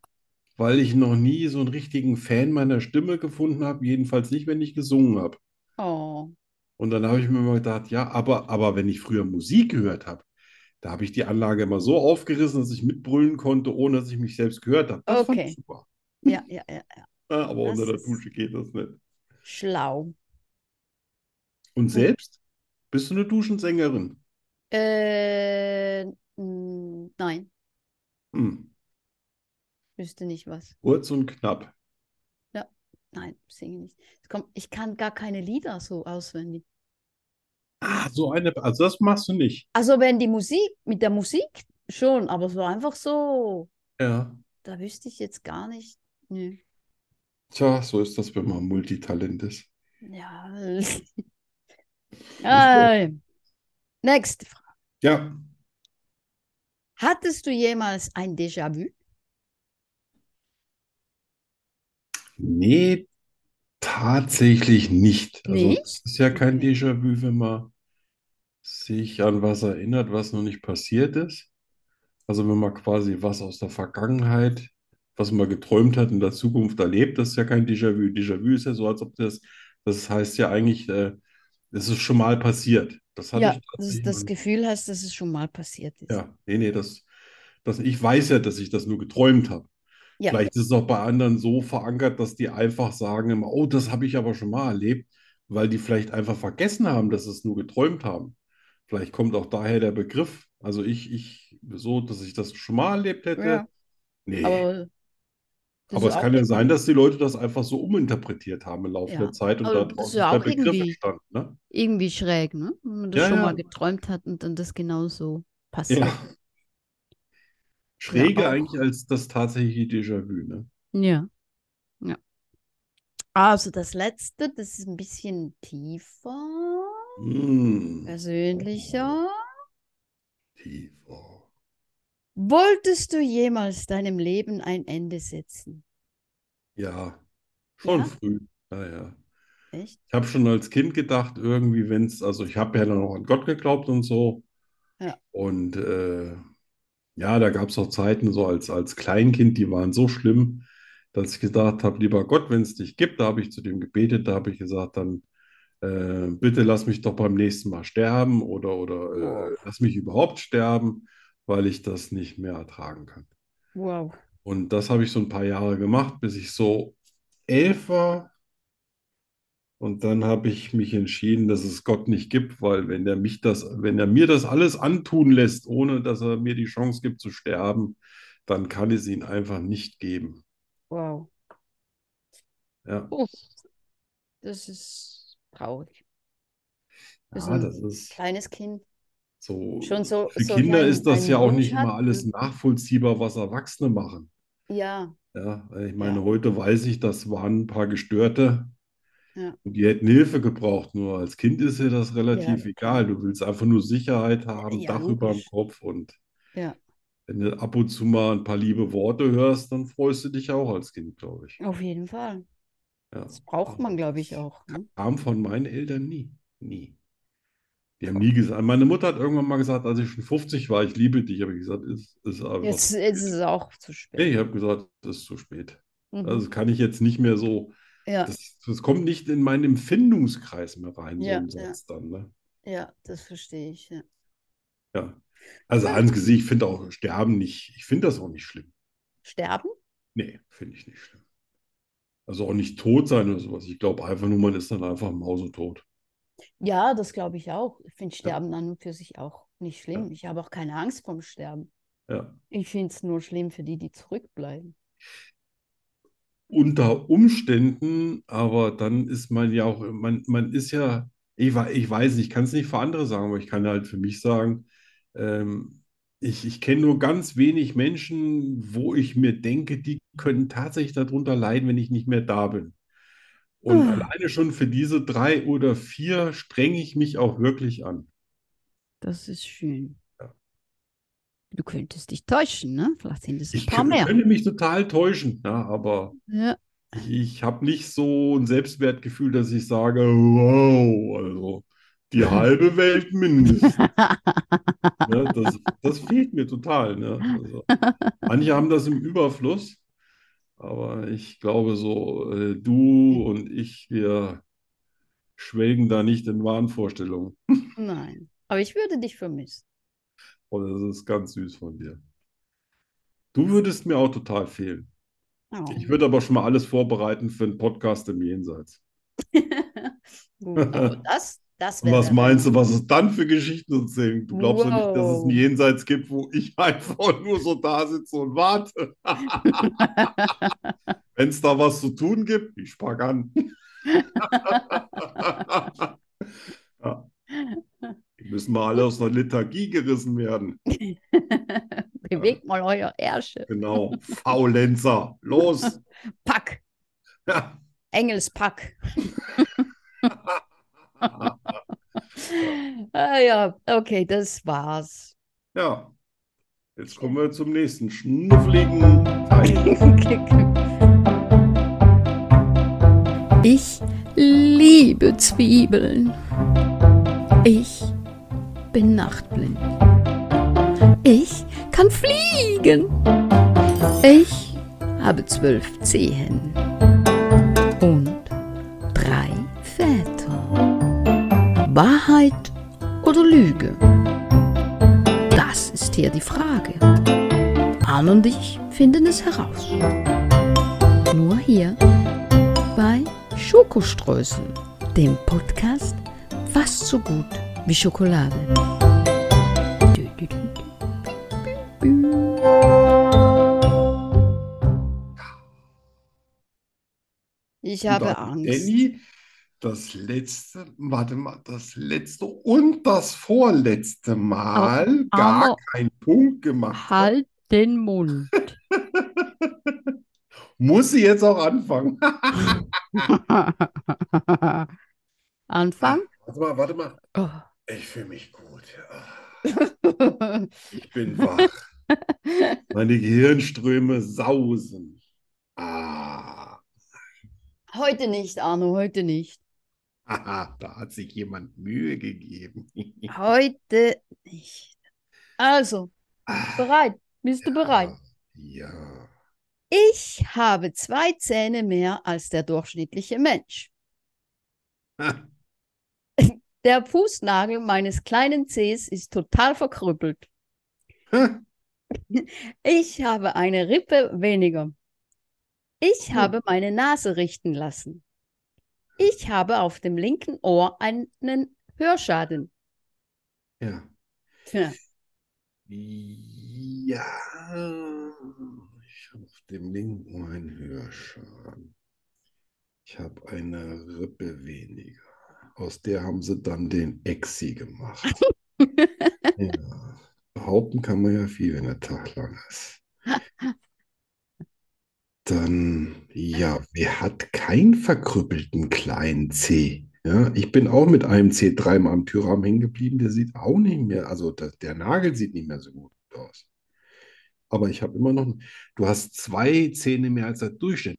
S2: weil ich noch nie so einen richtigen Fan meiner Stimme gefunden habe, jedenfalls nicht, wenn ich gesungen habe.
S3: Oh,
S2: Und dann habe ich mir immer gedacht, ja, aber, aber wenn ich früher Musik gehört habe, da habe ich die Anlage immer so aufgerissen, dass ich mitbrüllen konnte, ohne dass ich mich selbst gehört habe. Das fand ich
S3: Okay.
S2: super.
S3: ja, ja, ja.
S2: Ja, aber
S3: Das
S2: unter der
S3: ist-
S2: Dusche geht das nicht.
S3: Schlau.
S2: Und selbst? Bist du eine Duschensängerin?
S3: Äh, mm, nein,
S2: Hm.
S3: wüsste nicht was.
S2: Kurz und knapp.
S3: Nein, singe nicht. Es kommt, ich kann gar keine Lieder so auswendig.
S2: Ah, so eine, also das machst du nicht.
S3: Also wenn die Musik, mit der Musik schon, aber so einfach so,
S2: Ja.
S3: da wüsste ich jetzt gar nicht. Nö.
S2: Tja, so ist das, wenn man Multitalent ist.
S3: Ja. Äh, nächste Frage.
S2: Ja,
S3: Hattest du jemals ein Déjà-vu?
S2: nee, tatsächlich nicht. Also
S3: Nicht?
S2: es ist ja kein Déjà-vu, wenn man sich an was erinnert, was noch nicht passiert ist. Also wenn man quasi was aus der Vergangenheit, was man geträumt hat, in der Zukunft erlebt, das ist ja kein Déjà-vu. Déjà-vu ist ja so, als ob das, das heißt ja eigentlich, äh, es ist schon mal passiert. Das hatte
S3: Ja,
S2: ich
S3: das ist
S2: tatsächlich
S3: das
S2: noch
S3: Gefühl hast, dass es schon mal passiert ist.
S2: Ja, nee, nee, das, das, ich weiß ja, dass ich das nur geträumt habe.
S3: Ja.
S2: Vielleicht ist es auch bei anderen so verankert, dass die einfach sagen immer, oh, das habe ich aber schon mal erlebt, weil die vielleicht einfach vergessen haben, dass sie es nur geträumt haben. Vielleicht kommt auch daher der Begriff. Also ich, ich, so, dass ich das schon mal erlebt hätte.
S3: Ja,
S2: Nee.
S3: aber das
S2: Aber
S3: ist
S2: es
S3: auch
S2: kann ja sein, dass die Leute das einfach so uminterpretiert haben im Laufe
S3: Ja.
S2: der Zeit und
S1: Aber das
S2: daraus
S1: ist ja
S2: der
S1: auch
S2: Begriff
S1: irgendwie-
S2: entstanden, ne?
S1: Irgendwie schräg, ne? Wenn man das
S2: Ja,
S1: schon
S2: ja.
S1: mal geträumt hat und dann das
S3: genau
S1: genauso passiert.
S2: Ja. Schräger
S1: auch.
S2: eigentlich als das tatsächliche Déjà-vu, ne?
S1: Ja.
S3: Also das letzte, das ist ein bisschen tiefer,
S2: Hm.
S3: persönlicher.
S2: Tiefer.
S3: Wolltest du jemals deinem Leben ein Ende setzen?
S2: Ja, schon
S3: Ja?
S2: früh. Ja, ja.
S3: Echt?
S2: Ich habe schon als Kind gedacht, irgendwie, wenn es, also ich habe ja dann auch an Gott geglaubt und so.
S3: Ja.
S2: Und äh, ja, da gab es auch Zeiten, so als, als Kleinkind, die waren so schlimm, dass ich gedacht habe, lieber Gott, wenn es dich gibt, da habe ich zu dem gebetet, da habe ich gesagt, dann äh, bitte lass mich doch beim nächsten Mal sterben oder, oder äh, lass mich überhaupt sterben, weil ich das nicht mehr ertragen kann.
S3: Wow.
S2: Und das habe ich so ein paar Jahre gemacht, bis ich so elf war. Und dann habe ich mich entschieden, dass es Gott nicht gibt, weil wenn er mich das, wenn er mir das alles antun lässt, ohne dass er mir die Chance gibt zu sterben, dann kann es ihn einfach nicht geben.
S3: Wow.
S2: Ja,
S3: Das ist traurig. Das ist
S2: ja,
S3: ein
S2: das ist
S3: kleines Kind.
S2: so.
S3: Schon so,
S2: Für
S3: so
S2: Kinder
S3: einen-
S2: ist das
S3: einen
S2: ja auch
S3: Wunsch
S2: nicht
S3: hat,
S2: immer alles
S3: ne?
S2: nachvollziehbar, was Erwachsene machen.
S3: Ja,
S2: Ja, ich meine,
S3: Ja.
S2: heute weiß ich, das waren ein paar Gestörte.
S3: Ja.
S2: Und die hätten Hilfe gebraucht. Nur als Kind ist dir das relativ
S3: Ja,
S2: egal. Du willst einfach nur Sicherheit haben,
S3: Ja,
S2: Dach über dem
S3: logisch.
S2: Kopf. Und
S3: Ja.
S2: wenn du ab und zu mal ein paar liebe Worte hörst, dann freust du dich auch als Kind, glaube ich.
S3: auf jeden Fall.
S2: Ja.
S3: Das braucht man, glaube ich, auch. Ne?
S2: Kam von meinen Eltern nie. Nie. Die haben nie gesagt. Meine Mutter hat irgendwann mal gesagt, als ich schon 50 war, ich liebe dich. Habe ich gesagt, ist, ist einfach.
S3: Jetzt, jetzt ist es auch zu spät.
S2: Nee, ich habe gesagt, es ist zu spät.
S3: Mhm.
S2: Also kann ich jetzt nicht mehr so,
S3: Ja,
S2: das, das kommt nicht in meinen Empfindungskreis mehr rein, so
S3: Ja,
S2: ein
S3: ja.
S2: Satz dann, ne?
S3: ja, das verstehe ich. Ja.
S2: Ja. Also ans Gesicht, ich finde auch Sterben nicht, ich finde das auch nicht schlimm.
S3: Sterben?
S2: Nee, finde ich nicht schlimm. Also auch nicht tot sein oder sowas. Ich glaube einfach nur, man ist dann einfach mausetot.
S3: Ja, das glaube ich auch. Ich finde Sterben an und für sich auch nicht schlimm. Ich habe auch keine Angst vorm Sterben.
S2: Ja.
S3: Ich finde es nur schlimm für die, die zurückbleiben.
S2: Unter Umständen, aber dann ist man ja auch, man, man ist ja, ich, wei- ich weiß nicht, ich kann es nicht für andere sagen, aber ich kann halt für mich sagen, ähm, ich, ich kenne nur ganz wenig Menschen, wo ich mir denke, die können tatsächlich darunter leiden, wenn ich nicht mehr da bin. Und
S3: Ah.
S2: alleine schon für diese drei oder vier strenge ich mich auch wirklich an.
S4: Das ist schön.
S2: Ja.
S4: Du könntest dich täuschen, ne? Vielleicht sind es ein
S2: Ich
S4: paar
S2: kö-
S4: mehr.
S2: könnte mich total täuschen, ja, aber
S4: Ja.
S2: ich, ich habe nicht so ein Selbstwertgefühl, dass ich sage, wow, also die halbe Welt mindestens. Ne, das, das fehlt mir total. Ne? Also, manche haben das im Überfluss, aber ich glaube so, äh, du und ich, wir schwelgen da nicht in Wahnvorstellungen.
S3: Nein. Aber ich würde dich vermissen.
S2: Und das ist ganz süß von dir. Du würdest mir auch total fehlen.
S3: Oh.
S2: Ich würde aber schon mal alles vorbereiten für einen Podcast im Jenseits.
S3: Gut, aber das, das wäre.
S2: Was meinst du, was es dann für Geschichten zu erzählen? Du glaubst doch nicht, dass es ein
S3: Wow.
S2: Jenseits gibt, wo ich einfach nur so da sitze und warte. Wenn es da was zu tun gibt, ich pack an. ja. Die müssen mal alle aus der Lethargie gerissen werden.
S3: Bewegt mal euer Ärsche.
S2: Genau. Faulenzer. Los.
S3: Pack.
S2: Ja.
S3: Engelspack. Ah ja, okay, das war's.
S2: ja. Jetzt kommen wir zum nächsten schnuffligen Teil.
S4: Ich liebe Zwiebeln. Ich bin nachtblind. Ich kann fliegen. Ich habe zwölf Zehen und drei Väter. Wahrheit oder Lüge? Das ist hier die Frage. Arne und ich finden es heraus. Nur hier bei Schokoströßen, dem Podcast fast so gut wie Schokolade. Dü, dü, dü, dü, dü, dü.
S3: Ich
S2: Und
S3: habe
S2: da hat
S3: Angst.
S2: Danny, das letzte, warte mal, das letzte und das vorletzte Mal gar
S1: aber-
S2: keinen Punkt gemacht. hat.
S1: Halt den Mund.
S2: Muss sie jetzt auch anfangen.
S1: Anfang?
S2: Warte mal, warte mal.
S1: Oh.
S2: Ich fühle mich gut. Ich bin wach. Meine Gehirnströme sausen. Ah,
S3: Heute nicht, Arno, heute nicht.
S2: haha, da hat sich jemand Mühe gegeben.
S3: Heute nicht. Also,
S2: Ah,
S3: bereit? Bist du bereit?
S2: Ja.
S3: Ich habe zwei Zähne mehr als der durchschnittliche Mensch. Der Fußnagel meines kleinen Zehs ist total verkrüppelt. Ich habe eine Rippe weniger.
S2: Hm.
S3: Ich habe meine Nase richten lassen. Ich habe auf dem linken Ohr einen Hörschaden.
S2: Ja.
S3: Tja,
S2: Ja, ich habe auf dem linken Ohr einen Hörschaden. Ich habe eine Rippe weniger. Aus der haben sie dann den Exi gemacht. Ja. Behaupten kann man ja viel, wenn der Tag lang ist. Dann, ja, wer hat keinen verkrüppelten kleinen C? Ja, ich bin auch mit einem C dreimal am Türrahmen hängen geblieben. Der sieht auch nicht mehr, also der, der Nagel sieht nicht mehr so gut aus. Aber ich habe immer noch, du hast zwei Zähne mehr als der Durchschnitt.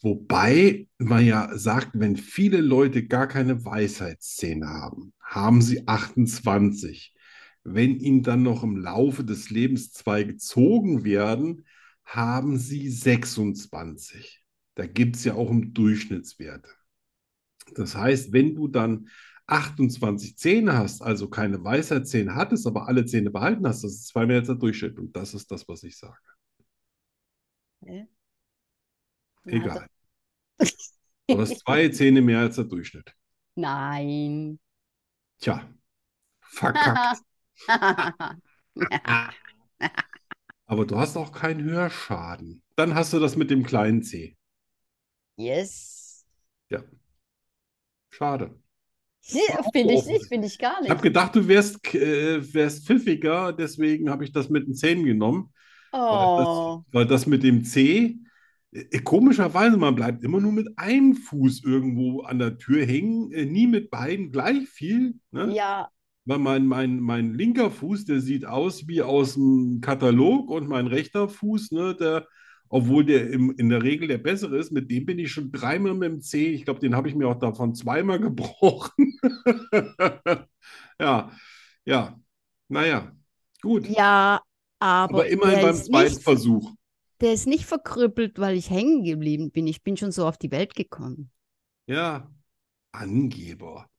S2: Wobei man ja sagt, wenn viele Leute gar keine Weisheitszähne haben, haben sie 28. Wenn ihnen dann noch im Laufe des Lebens zwei gezogen werden, haben sie 26. Da gibt es ja auch um Durchschnittswerte. Das heißt, wenn du dann 28 Zähne hast, also keine Weisheitszähne hattest, aber alle Zähne behalten hast, das ist zwei mehr als der Durchschnitt. Und das ist das, was ich sage.
S3: Hä? Na,
S2: Egal. Du hast zwei Zähne mehr als der Durchschnitt.
S3: Nein.
S2: Tja, verkackt. Aber du hast auch keinen Hörschaden. Dann hast du das mit dem kleinen C.
S3: yes.
S2: Schade.
S3: Finde ich nicht, finde ich gar
S2: Ich habe
S3: nicht.
S2: gedacht, du wärst, k- äh, wärst pfiffiger, deswegen habe ich das mit den Zähnen genommen. Weil
S3: Oh,
S2: das, weil das mit dem C, äh, komischerweise, man bleibt immer nur mit einem Fuß irgendwo an der Tür hängen, äh, nie mit beiden gleich viel. Ne?
S3: Oh, ja.
S2: Weil mein, mein, mein linker Fuß, der sieht aus wie aus dem Katalog und mein rechter Fuß, ne, der, obwohl der im, in der Regel der bessere ist, mit dem bin ich schon dreimal mit dem C. Ich glaube, den habe ich mir auch davon zweimal gebrochen. Ja, ja, naja, gut.
S3: Ja, aber,
S2: Aber immerhin
S3: der
S2: beim
S3: ist
S2: zweiten
S3: nicht,
S2: Versuch.
S3: der ist nicht verkrüppelt, weil ich hängen geblieben bin. Ich bin schon so auf die Welt gekommen.
S2: Ja, Angeber,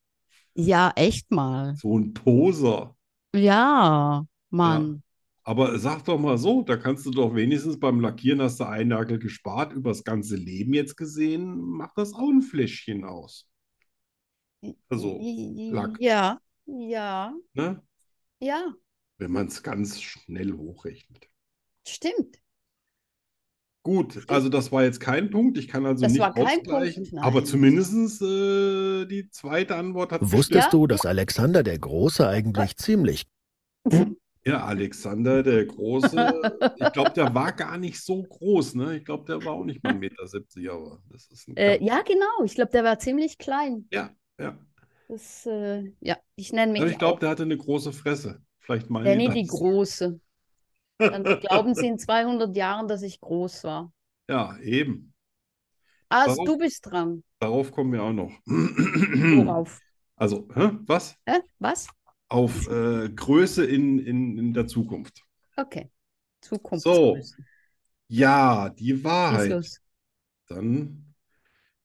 S3: Ja, echt mal.
S2: so ein Poser.
S3: Ja, Mann.
S2: Aber sag doch mal so, da kannst du doch wenigstens beim Lackieren hast du einen Nagel gespart, übers ganze Leben jetzt gesehen, macht das auch ein Fläschchen aus. Also, Lack.
S3: Ja, ja,
S2: ne?
S3: ja,
S2: Wenn man es ganz schnell hochrechnet.
S3: stimmt.
S2: Gut, also das war jetzt kein Punkt. Ich kann also
S3: Das
S2: nicht
S3: war kein Punkt,
S2: ausgleichen,
S3: nein.
S2: aber zumindest äh, die zweite Antwort hat
S5: Wusstest
S3: Ja?
S5: du, dass Alexander der Große eigentlich ziemlich
S2: Ja, Alexander der Große, ich glaube, der war gar nicht so groß, ne? Ich glaube, der war auch nicht mal 1,70 Meter, aber das ist ein
S3: Äh,
S2: Kampf.
S3: ja, genau. Ich glaube, der war ziemlich klein.
S2: Ja.
S3: Das, äh, ja, ich nenne mich
S2: Aber Also ich
S3: auch
S2: glaube, der hatte eine große Fresse. Vielleicht meinen die
S3: Danny die
S2: das.
S3: Große. Dann glauben sie in 200 Jahren, dass ich groß war.
S2: Ja, eben.
S3: Also
S2: Warum?
S3: du bist dran.
S2: Darauf kommen wir auch noch. Hm.
S3: Worauf?
S2: Also, hä? Was?
S3: Hä? Was?
S2: Auf äh, Größe in, in, in der Zukunft.
S3: Okay. Zukunft.
S2: So, Ja, die Wahrheit.
S3: los.
S2: Dann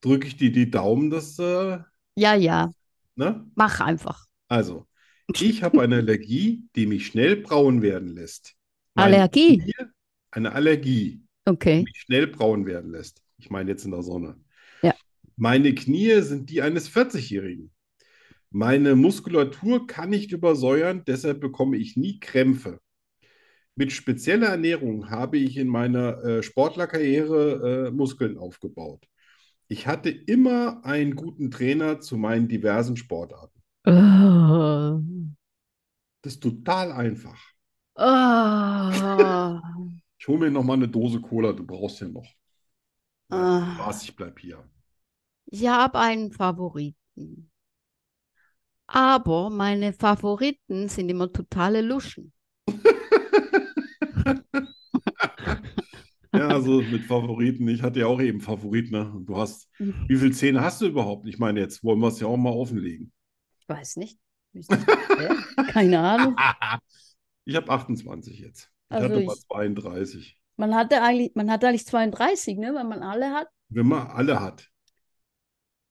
S2: drücke ich dir die Daumen, dass, äh,
S3: Ja, ja.
S2: ne?
S3: Mach einfach.
S2: Also, ich habe eine Allergie, die mich schnell braun werden lässt. Mein
S3: Allergie.
S2: Ziel, eine Allergie, die
S3: Okay.
S2: mich schnell braun werden lässt. Ich meine jetzt in der Sonne.
S3: Ja.
S2: Meine Knie sind die eines 40-Jährigen. Meine Muskulatur kann nicht übersäuern, deshalb bekomme ich nie Krämpfe. Mit spezieller Ernährung habe ich in meiner äh, Sportlerkarriere äh, Muskeln aufgebaut. Ich hatte immer einen guten Trainer zu meinen diversen Sportarten.
S3: Oh.
S2: Das ist total einfach.
S3: Oh.
S2: Ich hole mir noch mal eine Dose Cola, du brauchst ja noch.
S3: Ah.
S2: Was, ich bleib hier.
S3: Ich habe einen Favoriten. Aber meine Favoriten sind immer totale Luschen.
S2: Ja, also mit Favoriten. Ich hatte ja auch eben Favorit, ne? Und du hast,
S3: Ich
S2: wie viele Zähne hast du überhaupt? Ich meine, jetzt wollen wir es ja auch mal offenlegen.
S3: weiß nicht. Wüsste ich nicht, wer. Keine Ahnung.
S2: Ich habe 28 jetzt. Ich
S3: Also
S2: hatte mal
S3: ich-
S2: 32.
S3: Man hatte eigentlich, man hatte eigentlich 32, ne, weil man alle hat.
S2: Wenn man alle hat.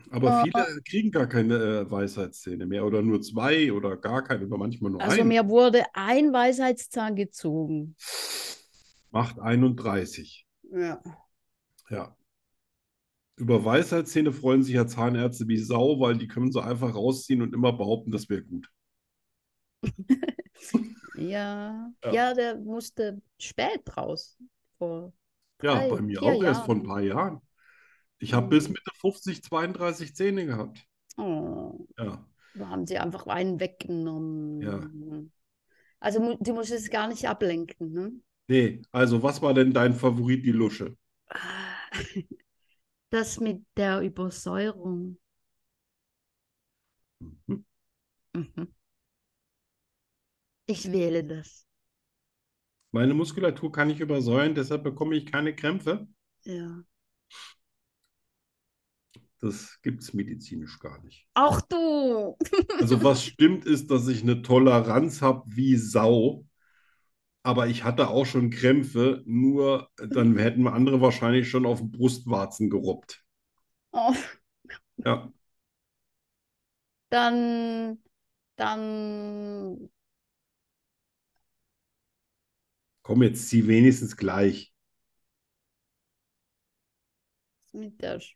S2: Aber
S3: Ah.
S2: viele kriegen gar keine äh, Weisheitszähne mehr oder nur zwei oder gar keine oder manchmal nur
S3: Also
S2: einen.
S3: mir wurde ein Weisheitszahn gezogen.
S2: Macht 31.
S3: Ja.
S2: Ja. Über Weisheitszähne freuen sich ja Zahnärzte wie Sau, weil die können so einfach rausziehen und immer behaupten, das wäre gut.
S3: Ja,
S2: Ja.
S3: der musste spät raus. Vor
S2: Ja,
S3: drei,
S2: bei mir
S3: vier
S2: auch erst vor ein
S3: Jahren.
S2: paar Jahren. Ich habe
S3: Mhm.
S2: bis Mitte 50, 32 Zähne gehabt.
S3: Oh,
S2: Ja.
S3: da haben sie einfach einen weggenommen. Also mu- du musst es gar nicht ablenken, ne?
S2: Nee, also was war denn dein Favorit, die Lusche?
S3: Ah, Das mit der Übersäuerung.
S2: Mhm.
S3: Mhm. Ich wähle das.
S2: Meine Muskulatur kann ich übersäuern, deshalb bekomme ich keine Krämpfe.
S3: Ja.
S2: Das gibt es medizinisch gar nicht.
S3: Auch du.
S2: Also was stimmt ist, dass ich eine Toleranz habe wie Sau. aber ich hatte auch schon Krämpfe, nur dann hätten wir andere wahrscheinlich schon auf den Brustwarzen geruppt.
S3: Oh,
S2: Ja,
S3: dann, dann,
S2: komm, jetzt zieh wenigstens gleich.
S3: mit der sch-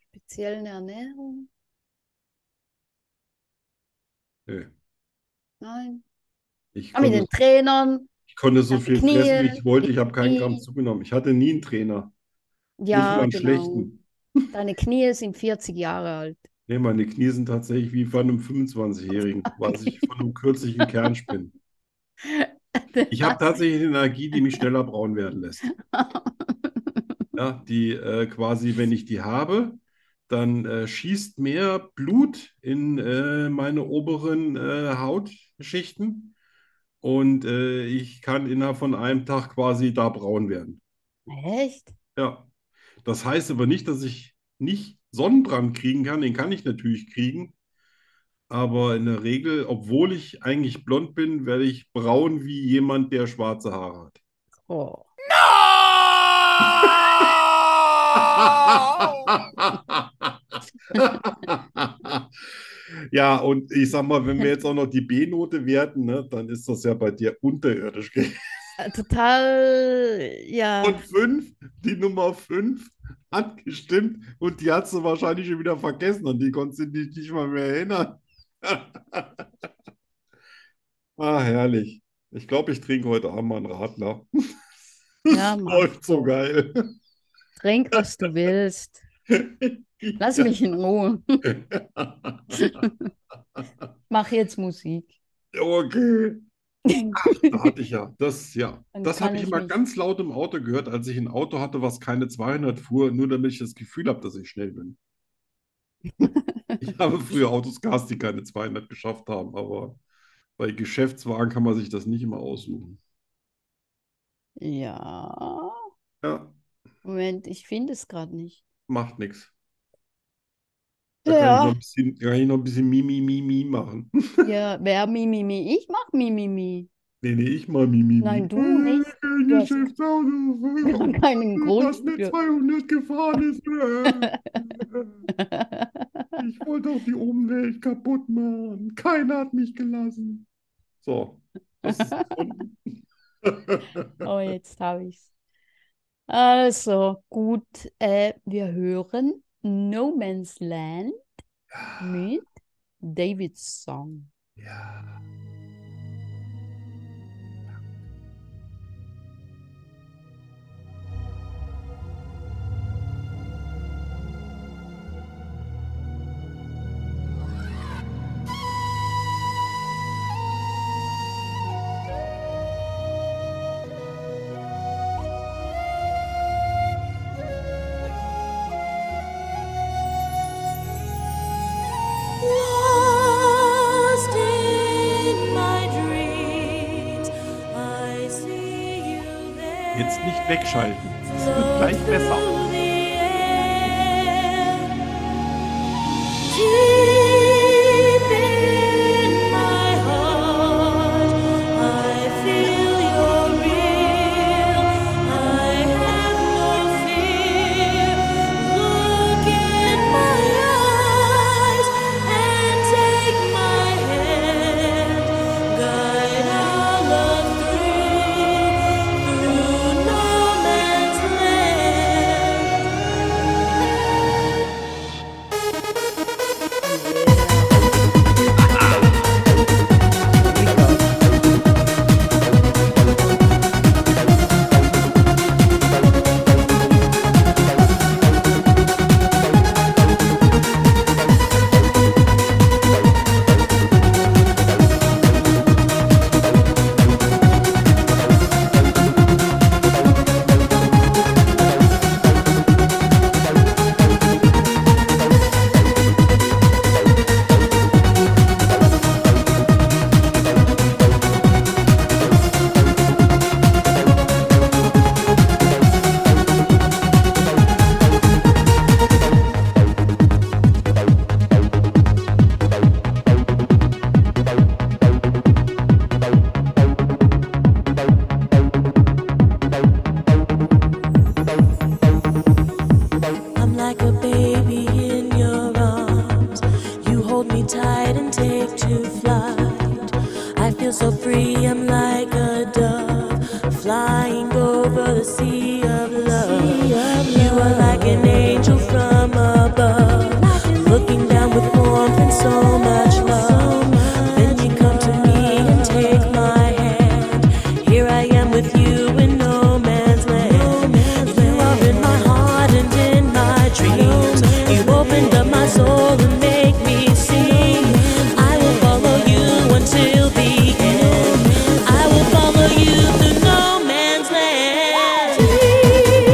S3: speziellen Ernährung?
S2: Nö.
S3: Nein.
S2: Ich
S3: Ah, mit
S2: konnte,
S3: den Trainern?
S2: ich konnte so
S3: Hatte
S2: viel
S3: Knie,
S2: fressen, wie ich wollte. Ich habe keinen
S3: Knie.
S2: Gramm zugenommen. Ich hatte nie einen Trainer. Nicht
S3: Ja,
S2: nur einen
S3: genau.
S2: schlechten.
S3: Deine Knie sind 40 Jahre alt.
S2: Nee, meine Knie sind tatsächlich wie von einem 25-Jährigen, was ich von einem kürzlichen Kernspinn. Ich habe tatsächlich eine Energie, die mich schneller braun werden lässt. Ja, die äh, quasi, wenn ich die habe, dann äh, schießt mehr Blut in äh, meine oberen äh, Hautschichten und äh, ich kann innerhalb von einem Tag quasi da braun werden.
S3: Echt?
S2: Ja. Das heißt aber nicht, dass ich nicht Sonnenbrand kriegen kann. Den kann ich natürlich kriegen. Aber in der Regel, obwohl ich eigentlich blond bin, werde ich braun wie jemand, der schwarze Haare hat.
S3: Oh.
S2: Ja, und ich sag mal, wenn wir jetzt auch noch die B-Note werten, ne, dann ist das ja bei dir unterirdisch. gell?
S3: Äh, Total, ja.
S2: Und fünf, die Nummer fünf hat gestimmt und die hast du wahrscheinlich schon wieder vergessen und die konntest du dich nicht mal mehr erinnern. Ah, herrlich. Ich glaube, ich trinke heute Abend mal einen Radler.
S3: Ja, Mann,
S2: Läuft so geil.
S3: trink, was du willst. Lass mich in Ruhe. Mach jetzt Musik.
S2: Okay. Da hatte ich ja. Das, ja.
S3: Dann
S2: Das
S3: kann
S2: habe ich
S3: ich
S2: immer
S3: mich-
S2: ganz laut im Auto gehört, als ich ein Auto hatte, was keine 200 fuhr, nur damit ich das Gefühl habe, dass ich schnell bin. Ich habe früher Autos gehasst, die keine 200 geschafft haben, aber bei Geschäftswagen kann man sich das nicht immer aussuchen.
S3: Ja.
S2: Ja,
S3: Moment, ich finde es gerade nicht.
S2: macht nichts. Da kann ich
S3: Ja.
S2: noch ein bisschen, da kann ich noch ein bisschen Mimi, Mimi machen.
S3: Ja, wer Mimimi? Ich mach Mimimi.
S2: Nee, nee, ich mal Mimi.
S3: Nein, du nicht. Du hast-
S2: Kein
S3: Wir
S2: Äh, Geschäftsauto.
S3: haben keinen
S2: dass
S3: Grund
S2: eine
S3: für.
S2: 200 gefahren ist. Äh, Ich wollte auch die Umwelt kaputt machen. Keiner hat mich gelassen. So. Das ist gefunden.
S3: Oh, jetzt habe ich's. Also, gut, äh, wir hören No Man's Land mit David's Song.
S2: Ja.
S6: Lost in my dreams, I see you there.
S2: Jetzt nicht wegschalten. Es wird
S6: Float
S2: gleich besser.
S6: through the air. Deep in my heart, I feel you're real. I have no fear. Look in my eyes and take my hand. Guide our love through, through no man's land. feel free. I'm like a dove flying over the sea of love. You are like an angel from above, looking down with warmth and so much love. Then you come to me and take my hand. Here I am with you in no man's land. You are in my heart and in my dreams. You opened up my soul and make me sing. I will follow you until the end. I will follow you through no man's land. Deep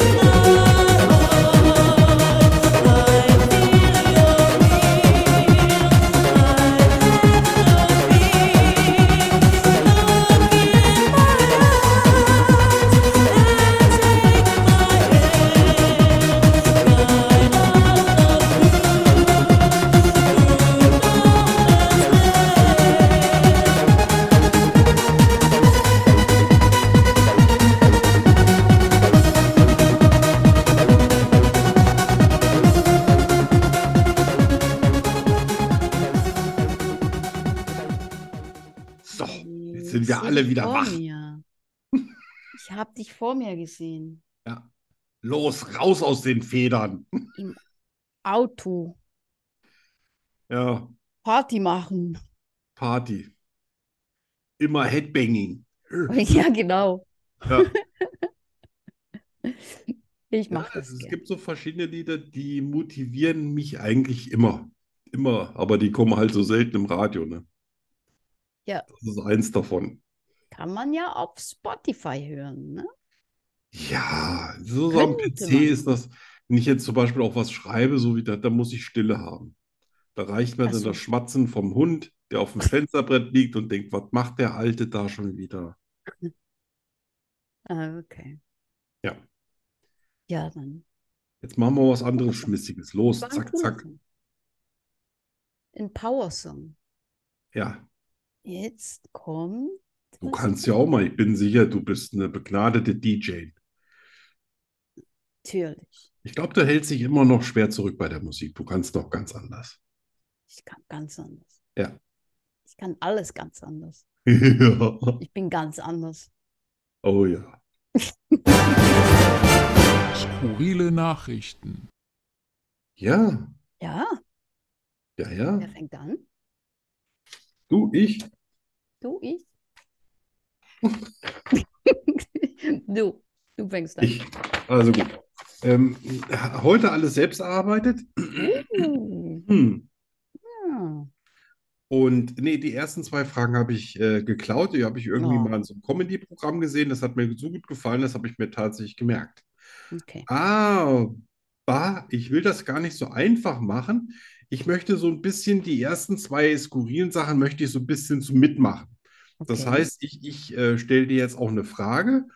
S6: in my heart.
S2: So, jetzt sind wir alle wieder wach.
S3: Mir. Ich habe dich vor mir gesehen.
S2: Los, raus aus den Federn.
S3: Auto.
S2: Ja,
S3: Party machen.
S2: Party. Immer Headbanging.
S3: Ja, genau.
S2: Ja.
S3: Ich mache
S2: Ja,
S3: das.
S2: also es
S3: gern.
S2: gibt so verschiedene Lieder, die motivieren mich eigentlich immer. Immer, aber die kommen halt so selten im Radio, ne?
S3: Ja.
S2: Das ist eins davon.
S3: Kann man ja auf Spotify hören. Ne?
S2: Ja, so, so am
S3: Könnte
S2: PC
S3: man.
S2: ist das, wenn ich jetzt zum Beispiel auch was schreibe, so wie da, da muss ich Stille haben. Da reicht mir
S3: Ach
S2: dann
S3: so.
S2: das Schmatzen vom Hund, der auf dem Fensterbrett liegt und denkt, was macht der Alte da schon wieder?
S3: Ah, okay.
S2: Ja.
S3: Ja, dann.
S2: Jetzt machen wir was anderes Schmissiges. Los,
S3: war ein
S2: zack,
S3: cooler
S2: zack.
S3: Song. Ein Power-Song.
S2: Ja,
S3: Jetzt kommt.
S2: du
S3: was
S2: kannst ja auch mal. Ich bin sicher, du bist eine begnadete DJ.
S3: Natürlich.
S2: Ich glaube, du hältst dich immer noch schwer zurück bei der Musik. Du kannst doch ganz anders.
S3: Ich kann ganz anders.
S2: Ja.
S3: Ich kann alles ganz anders.
S2: Ja.
S3: Ich bin ganz anders.
S2: Oh ja.
S7: Skurrile Nachrichten.
S2: Ja,
S3: Ja,
S2: ja, ja.
S3: wer fängt an?
S2: Du, ich.
S3: Du, ich? du, du fängst an.
S2: Ich. Also gut. Ähm, heute alles selbst erarbeitet.
S3: Uh,
S2: Hm.
S3: ja.
S2: Und nee, die ersten zwei Fragen habe ich äh, geklaut. Die habe ich irgendwie
S3: Oh.
S2: mal in so einem Comedy-Programm gesehen. Das hat mir so gut gefallen, das habe ich mir tatsächlich gemerkt.
S3: Okay.
S2: Aber ich will das gar nicht so einfach machen. Ich möchte so ein bisschen die ersten zwei skurrilen Sachen möchte ich so ein bisschen zum Mitmachen. Das
S3: Okay.
S2: heißt, ich, ich äh, stelle dir jetzt auch eine Frage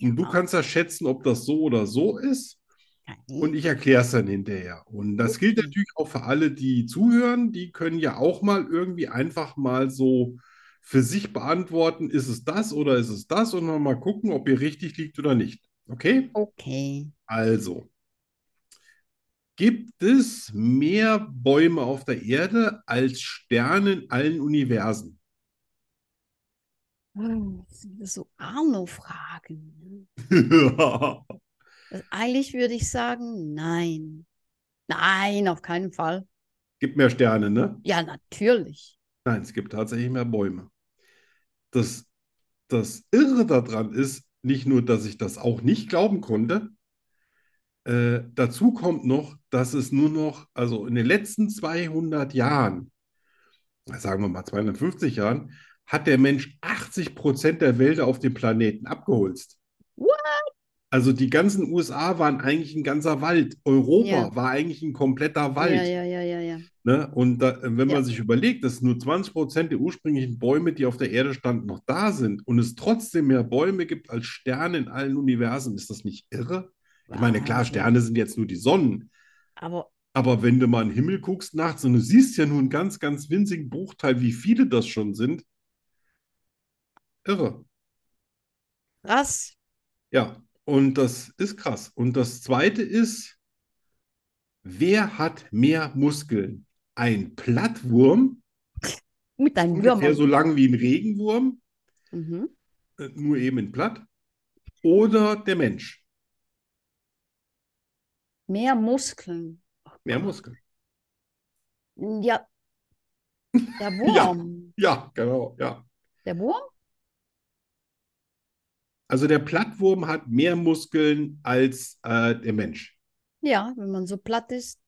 S2: und du
S3: Ja.
S2: kannst ja schätzen, ob das so oder so ist.
S3: Nein.
S2: Und ich erkläre es dann hinterher. Und das gilt
S3: Okay.
S2: natürlich auch für alle, die zuhören. Die können ja auch mal irgendwie einfach mal so für sich beantworten, ist es das oder ist es das? Und dann mal gucken, ob ihr richtig liegt oder nicht. Okay?
S3: Okay.
S2: Also, gibt es mehr Bäume auf der Erde als Sterne in allen Universen?
S3: Oh, das sind so Arno-Fragen. ne?
S2: Ja.
S3: Also Eigentlich würde ich sagen, nein. Nein, auf keinen Fall.
S2: Gibt mehr Sterne, ne?
S3: Ja, natürlich.
S2: Nein, es gibt tatsächlich mehr Bäume. Das, das Irre daran ist nicht nur, dass ich das auch nicht glauben konnte, äh, dazu kommt noch, dass es nur noch, also in den letzten 200 Jahren, sagen wir mal 250 Jahren, hat der Mensch 80 Prozent der Wälder auf dem Planeten abgeholzt.
S3: What?
S2: Also die ganzen USA waren eigentlich ein ganzer Wald. Europa
S3: Ja.
S2: war eigentlich ein kompletter
S3: Ja,
S2: Wald.
S3: ja, ja, ja, ja.
S2: Ne? Und da, wenn
S3: Ja.
S2: man sich überlegt, dass nur 20 Prozent der ursprünglichen Bäume, die auf der Erde standen, noch da sind und es trotzdem mehr Bäume gibt als Sterne in allen Universen, ist das nicht irre? Ich meine, klar,
S3: Wahnsinn.
S2: Sterne sind jetzt nur die Sonnen,
S3: Aber
S2: aber wenn du mal in den Himmel guckst nachts und du siehst ja nur einen ganz, ganz winzigen Bruchteil, wie viele das schon sind, irre.
S3: krass.
S2: Ja, und das ist krass. Und das Zweite ist, wer hat mehr Muskeln? Ein Plattwurm
S3: mit deinen
S2: Ungefähr
S3: Würmern.
S2: so lang wie ein Regenwurm,
S3: Mhm.
S2: äh, nur eben in platt. Oder der Mensch,
S3: Mehr Muskeln.
S2: mehr Muskeln.
S3: Ja. Der
S2: Ja.
S3: Wurm.
S2: Ja, genau, ja.
S3: Der Wurm?
S2: Also der Plattwurm hat mehr Muskeln als äh, der Mensch.
S3: Ja, wenn man so platt ist,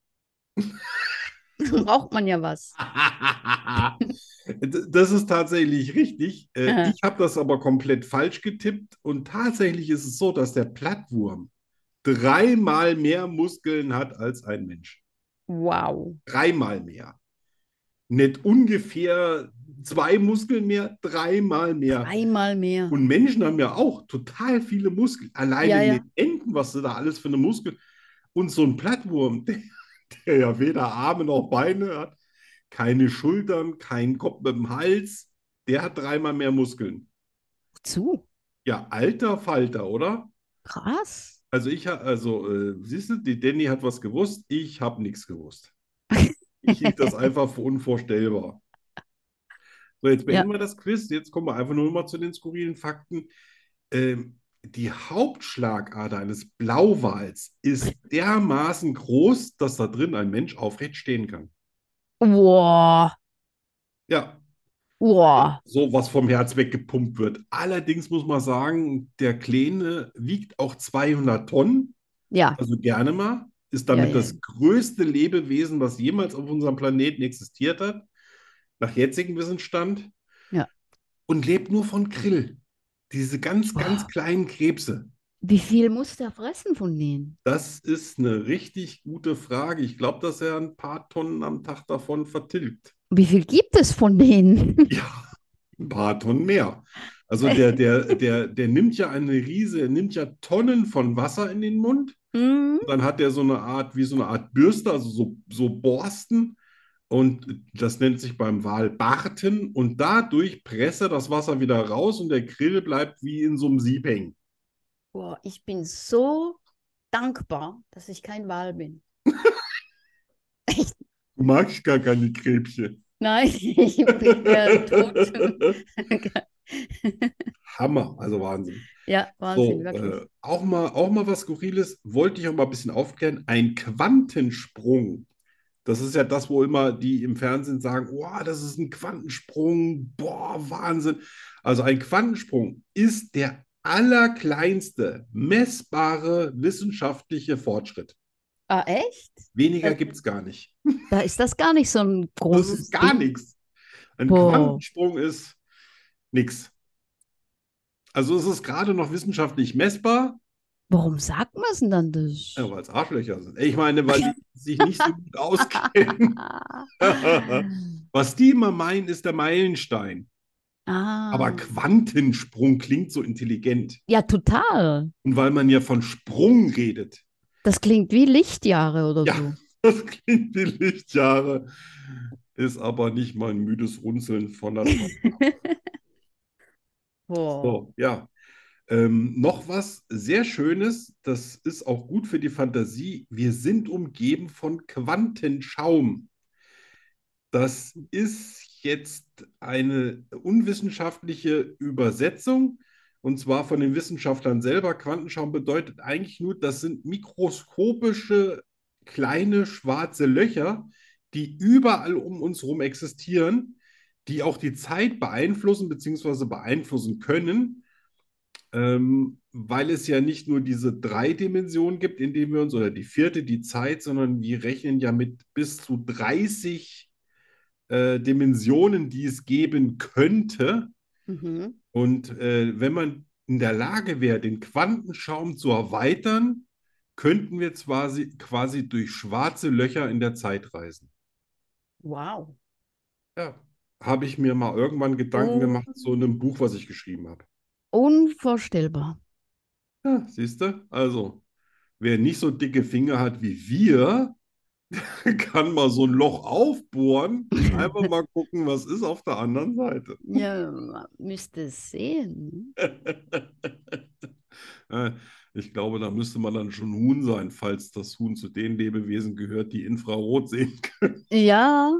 S3: braucht man ja was.
S2: D- Das ist tatsächlich richtig. Äh,
S3: Aha.
S2: ich habe das aber komplett falsch getippt. Und tatsächlich ist es so, dass der Plattwurm dreimal mehr Muskeln hat als ein Mensch.
S3: Wow.
S2: Dreimal mehr. Nicht ungefähr zwei Muskeln mehr, dreimal mehr.
S3: Einmal mehr.
S2: Und Menschen haben ja auch total viele Muskeln. Alleine
S3: Ja,
S2: in
S3: ja.
S2: den Enden, was du da alles für eine Muskel. Und so ein Plattwurm, der, der ja weder Arme noch Beine hat, keine Schultern, keinen Kopf mit dem Hals, der hat dreimal mehr Muskeln.
S3: Zu.
S2: Ja, alter Falter, oder?
S3: Krass.
S2: Also ich habe, also äh, siehst du, die Danny hat was gewusst, ich habe nichts gewusst. Ich hielt das einfach für unvorstellbar. So, jetzt beenden wir das Quiz. Jetzt kommen wir einfach nur noch mal zu den skurrilen Fakten. Ähm, die Hauptschlagader eines Blauwals ist dermaßen groß, dass da drin ein Mensch aufrecht stehen kann.
S3: Wow.
S2: Ja,
S3: Wow.
S2: so was vom Herz weggepumpt wird. Allerdings muss man sagen, der Kleine wiegt auch 200 Tonnen.
S3: Ja.
S2: Also gerne mal. Ist
S3: Ja,
S2: damit
S3: ja.
S2: das größte Lebewesen, was jemals auf unserem Planeten existiert hat, nach jetzigem Wissensstand.
S3: Ja.
S2: Und lebt nur von Krill. Diese ganz, ganz kleinen Krebse.
S1: Wie viel muss der fressen von denen?
S2: Das ist eine richtig gute Frage. Ich glaube, dass er ein paar Tonnen am Tag davon vertilgt.
S1: Wie viel gibt es von denen?
S2: Ja, ein paar Tonnen mehr. Also der, der, der, der nimmt ja eine Riese, er nimmt ja Tonnen von Wasser in den Mund.
S3: Mhm.
S2: Dann hat er so eine Art, wie so eine Art Bürste, also so, so Borsten. Und das nennt sich beim Wal Barten. Und dadurch presst er das Wasser wieder raus und der Grill bleibt wie in so einem Sieb hängen.
S3: Boah, ich bin so dankbar, dass ich kein Wal bin. Echt?
S2: Du magst gar keine Krebchen.
S3: Nein, ich bin der Tod.
S2: Hammer, also Wahnsinn.
S3: Ja, Wahnsinn,
S2: So,
S3: wirklich.
S2: äh, auch mal, auch mal was Skurriles, wollte ich auch mal ein bisschen aufklären. Ein Quantensprung. Das ist ja das, wo immer die im Fernsehen sagen, wow, das ist ein Quantensprung, boah, Wahnsinn. Also ein Quantensprung ist der allerkleinste messbare wissenschaftliche Fortschritt.
S3: Ah, echt?
S2: Weniger gibt es gar nicht.
S1: Da ist das gar nicht so ein
S2: Das
S1: großes
S2: ist gar
S1: Ding.
S2: nichts. Ein
S1: Boah.
S2: Quantensprung ist nichts. Also es ist gerade noch wissenschaftlich messbar,
S1: Warum sagt man es denn dann das?
S2: Ja, weil es Arschlöcher sind. Ich meine, weil die sich nicht so gut auskennen.
S1: Ah.
S2: Was die immer meinen, ist der Meilenstein. Aber
S1: Ah.
S2: Quantensprung klingt so intelligent.
S1: Ja, total.
S2: Und weil man ja von Sprung redet,
S1: Das klingt wie Lichtjahre oder
S2: Ja.
S1: so.
S2: das klingt wie Lichtjahre, ist aber nicht mal ein müdes Runzeln von der
S3: Boah.
S2: So, ja. Ähm, noch was sehr Schönes, das ist auch gut für die Fantasie. Wir sind umgeben von Quantenschaum. Das ist jetzt eine unwissenschaftliche Übersetzung und zwar von den Wissenschaftlern selber. Quantenschaum bedeutet eigentlich nur, das sind mikroskopische kleine schwarze Löcher, die überall um uns herum existieren die auch die Zeit beeinflussen bzw. beeinflussen können, ähm, weil es ja nicht nur diese drei Dimensionen gibt, in denen wir uns, oder die vierte, die Zeit, sondern wir rechnen ja mit bis zu 30 äh, Dimensionen, die es geben könnte.
S3: Mhm.
S2: Und äh, wenn man in der Lage wäre, den Quantenschaum zu erweitern, könnten wir quasi, quasi durch schwarze Löcher in der Zeit reisen.
S3: Wow.
S2: Ja, habe ich mir mal irgendwann Gedanken
S3: Oh.
S2: gemacht zu einem Buch, was ich geschrieben habe.
S1: Unvorstellbar.
S2: Ja, siehst du? Also, wer nicht so dicke Finger hat wie wir, der kann mal so ein Loch aufbohren, einfach mal gucken, was ist auf der anderen Seite.
S1: Ja, man müsste es sehen.
S2: Äh, Ich glaube, da müsste man dann schon Huhn sein, falls das Huhn zu den Lebewesen gehört, die Infrarot sehen können.
S1: Ja,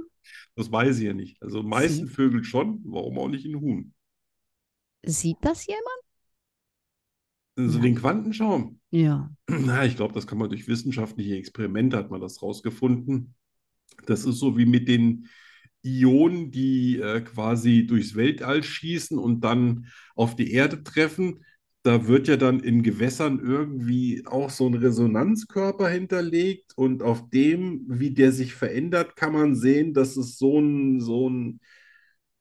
S2: Das weiß ich ja nicht. Also meisten Vögel schon, warum auch nicht ein Huhn?
S3: Sieht das jemand?
S2: Also den Quantenschaum.
S1: Ja.
S2: Na, ich glaube, das kann man durch wissenschaftliche Experimente hat man das rausgefunden. Das ist so wie mit den Ionen, die äh, quasi durchs Weltall schießen und dann auf die Erde treffen. Da wird ja dann in Gewässern irgendwie auch so ein Resonanzkörper hinterlegt und auf dem, wie der sich verändert, kann man sehen, dass es so ein, so ein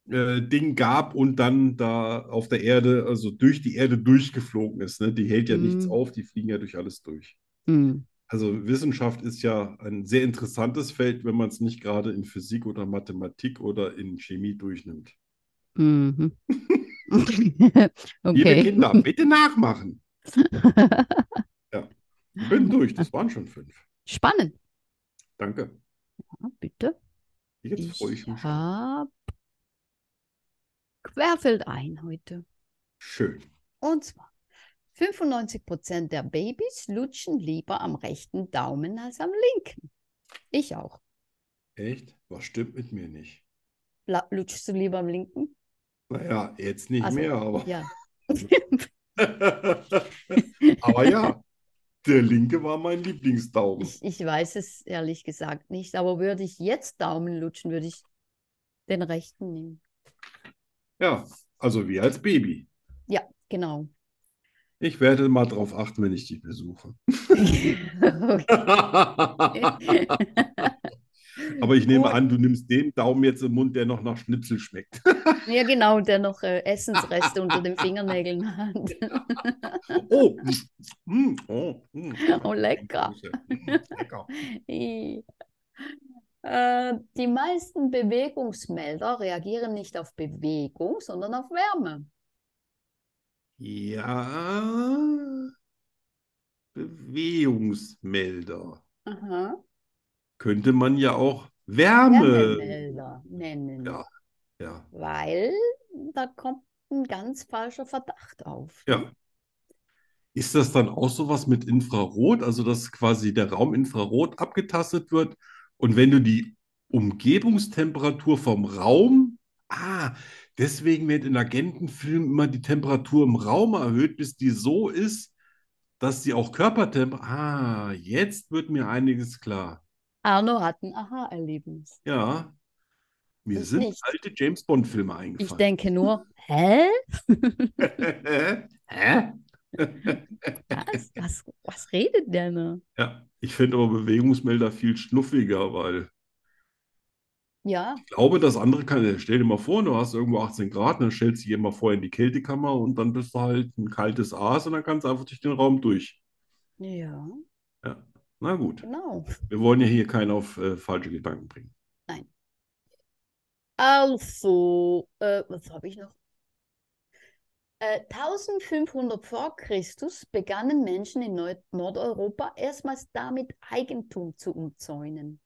S2: äh, Ding gab und dann da auf der Erde, also durch die Erde durchgeflogen ist. Ne? Die hält ja
S1: Mhm.
S2: nichts auf, die fliegen ja durch alles durch.
S1: Hm.
S2: Also Wissenschaft ist ja ein sehr interessantes Feld, wenn man es nicht gerade in Physik oder Mathematik oder in Chemie durchnimmt.
S1: Mhm.
S2: Liebe
S1: Okay.
S2: Kinder, bitte nachmachen. Ich bin durch, das waren schon fünf.
S3: Spannend.
S2: Danke.
S3: Ja, bitte.
S2: Jetzt
S3: Ich
S2: freue ich mich. schon.
S3: habe Querfeld ein heute.
S2: Schön.
S3: Und zwar 95% der Babys lutschen lieber am rechten Daumen als am linken. Ich auch.
S2: Echt? Was stimmt mit mir nicht?
S3: La- Lutschst du lieber am linken?
S2: Naja, jetzt nicht
S3: Also,
S2: mehr, aber.
S3: Ja.
S2: Aber ja, der linke war mein Lieblingsdaumen.
S3: Ich, ich weiß es ehrlich gesagt nicht, aber würde ich jetzt Daumen lutschen, würde ich den rechten nehmen.
S2: Ja, also wie als Baby.
S3: Genau.
S2: Ich werde mal drauf achten, wenn ich dich besuche.
S3: Okay.
S2: Aber ich nehme
S3: Gut.
S2: an, du nimmst den Daumen jetzt im Mund, der noch nach Schnipsel schmeckt.
S3: Ja, genau, der noch äh, Essensreste unter den Fingernägeln hat.
S2: Oh, mm, oh, mm.
S3: Oh, lecker.
S2: Mm, lecker.
S3: Ih. Äh, Die meisten Bewegungsmelder reagieren nicht auf Bewegung, sondern auf Wärme.
S2: Ja. Bewegungsmelder.
S3: Aha.
S2: Könnte man ja auch Wärme.
S3: Wärmemelder nennen,
S2: Ja. Ja,
S3: weil da kommt ein ganz falscher Verdacht auf.
S2: ja. Ist das dann auch sowas mit Infrarot, also dass quasi der Raum Infrarot abgetastet wird und wenn du die Umgebungstemperatur vom Raum, ah, deswegen wird in Agentenfilmen immer die Temperatur im Raum erhöht, bis die so ist, dass sie auch Körpertemperatur, ah, jetzt wird mir einiges klar.
S3: Arno hat ein Aha-Erlebnis.
S2: Ja, mir
S3: Ich
S2: sind
S3: nicht.
S2: alte James-Bond-Filme
S3: Ich
S2: eingefallen.
S3: denke nur, hä?
S2: Hä?
S3: Was, was, was redet der ne?
S2: Ja, ich finde aber Bewegungsmelder viel schnuffiger, weil
S3: Ja,
S2: ich glaube, das andere kann. Stell dir mal vor, du hast irgendwo 18 Grad, dann stellst du dich immer vorher in die Kältekammer und dann bist du halt ein kaltes Aas und dann kannst du einfach durch den Raum durch.
S3: ja,
S2: Na gut,
S3: genau.
S2: wir wollen ja hier keinen auf äh, falsche Gedanken bringen.
S3: Also, äh, was habe ich noch? Äh, 1500 vor Christus begannen Menschen in Neu Nordeuropa erstmals damit, Eigentum zu umzäunen.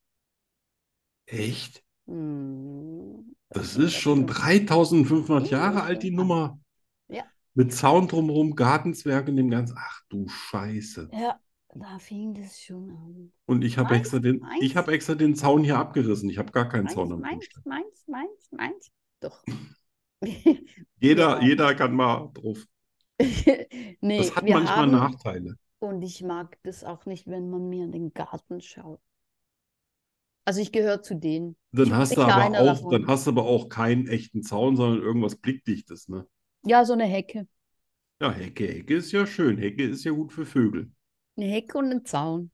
S2: Echt?
S3: Hm,
S2: Das ist schon 3500 Jahre alt, die Nummer.
S3: Ja.
S2: Mit Zaun drumherum, Gartenzwerg und dem ganzen. Ach du Scheiße.
S3: Ja, da fing das schon an.
S2: Und ich habe
S3: Meins,
S2: extra den, ich
S3: meins.
S2: habe extra den Zaun hier abgerissen. Ich habe gar keinen
S3: Meins,
S2: Zaun am
S3: meins,
S2: Grundstück.
S3: meins, meins, meins. Doch.
S2: Jeder,
S3: Ja.
S2: jeder kann mal drauf.
S3: Nee,
S2: Das hat
S3: wir
S2: manchmal
S3: haben,
S2: Nachteile.
S3: und ich mag das auch nicht, wenn man mir in den Garten schaut. Also ich gehöre zu denen.
S2: Dann
S3: Ich
S2: hast du
S3: bin
S2: aber
S3: keiner
S2: auch,
S3: davon.
S2: dann hast du aber auch keinen echten Zaun, sondern irgendwas Blickdichtes, ne?
S3: Ja, so eine Hecke.
S2: Ja, Hecke, Hecke ist ja schön. Hecke ist ja gut für Vögel.
S3: Eine Hecke und ein Zaun.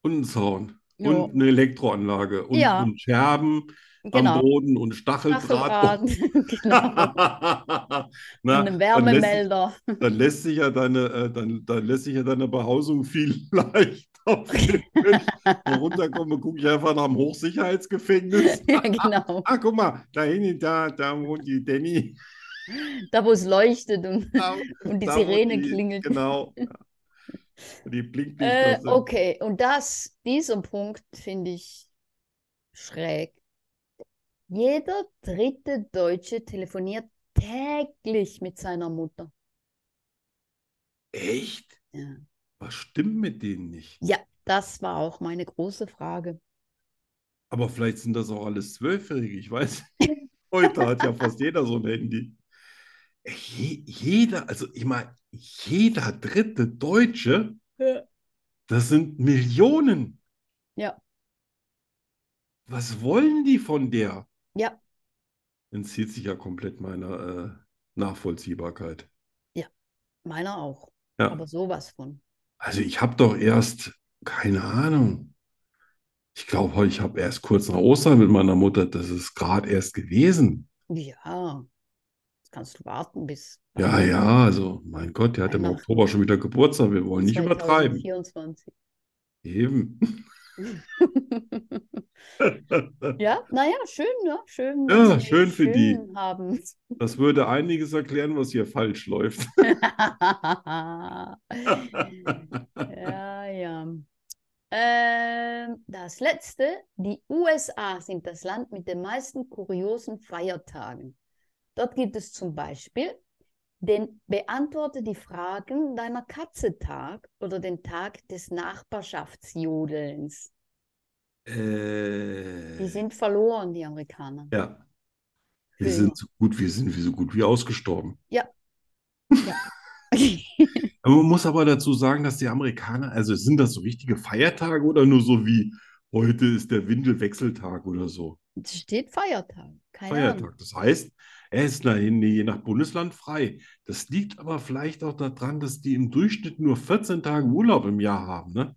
S2: Und ein Zaun.
S3: Ja.
S2: Und eine Elektroanlage. Und,
S3: Ja.
S2: und Scherben am
S3: Genau.
S2: Boden und Stacheldraht.
S3: Stacheldraht. Genau.
S2: Na,
S3: Und ein
S2: dann lässt sich,
S3: Wärmemelder.
S2: dann lässt sich ja deine, äh, dann, dann lässt sich ja deine Behausung viel leichter auf den Tisch. Runterkomme, gucke ich einfach nach dem Hochsicherheitsgefängnis.
S3: Ja, genau.
S2: Ah, guck mal, da hinten, da, da wohnt die Danny.
S3: Da, wo es leuchtet und
S2: Da,
S3: Und die
S2: da wohnt
S3: Sirene
S2: die,
S3: klingelt.
S2: Genau. Ja. Die blinkt nicht.
S3: Äh,
S2: das-
S3: okay, und das, diesen Punkt finde ich schräg. Jeder dritte Deutsche telefoniert täglich mit seiner Mutter.
S2: Echt?
S3: Ja.
S2: Was stimmt mit denen nicht?
S3: Ja, das war auch meine große Frage.
S2: Aber vielleicht sind das auch alles Zwölfjährige, ich weiß nicht. Heute hat ja fast jeder so ein Handy. Je, jeder, also ich meine, jeder dritte Deutsche,
S3: Ja.
S2: das sind Millionen.
S3: Ja.
S2: Was wollen die von der?
S3: Ja.
S2: Entzieht sich ja komplett meiner äh, Nachvollziehbarkeit.
S3: Meiner auch.
S2: Ja.
S3: Aber sowas von.
S2: Also ich habe doch erst, keine Ahnung. Ich glaube, ich habe erst kurz nach Ostern mit meiner Mutter, das ist gerade erst gewesen.
S3: Ja. Jetzt kannst du warten bis
S2: Ja, ja, also mein Gott, der hat im
S3: Weihnachten.
S2: Oktober schon wieder Geburtstag, wir wollen nicht übertreiben.
S3: 2024.
S2: Eben.
S3: Ja, naja, schön, ne? Schön,
S2: Ja,
S3: wenn sie
S2: schön für die.
S3: schön haben.
S2: Das würde einiges erklären, was hier falsch läuft.
S3: ja, ja. Ähm, das letzte, die USA sind das Land mit den meisten kuriosen Feiertagen. Dort gibt es zum Beispiel den Beantworte die Fragen deiner Katze Tag oder den Tag des Nachbarschaftsjodelns. Die
S2: Äh,
S3: sind verloren, die Amerikaner.
S2: ja. Wir sind so gut, wir sind wir so gut wie ausgestorben. Aber man muss aber dazu sagen, dass die Amerikaner, also sind das so richtige Feiertage oder nur so wie heute ist der Windelwechseltag oder so?
S3: Es steht Feiertag,
S4: Ah,
S3: keine Ahnung.
S2: Feiertag. Das heißt, er ist nach, je nach Bundesland frei. Das liegt aber vielleicht auch daran, dass die im Durchschnitt nur 14 Tage Urlaub im Jahr haben, ne?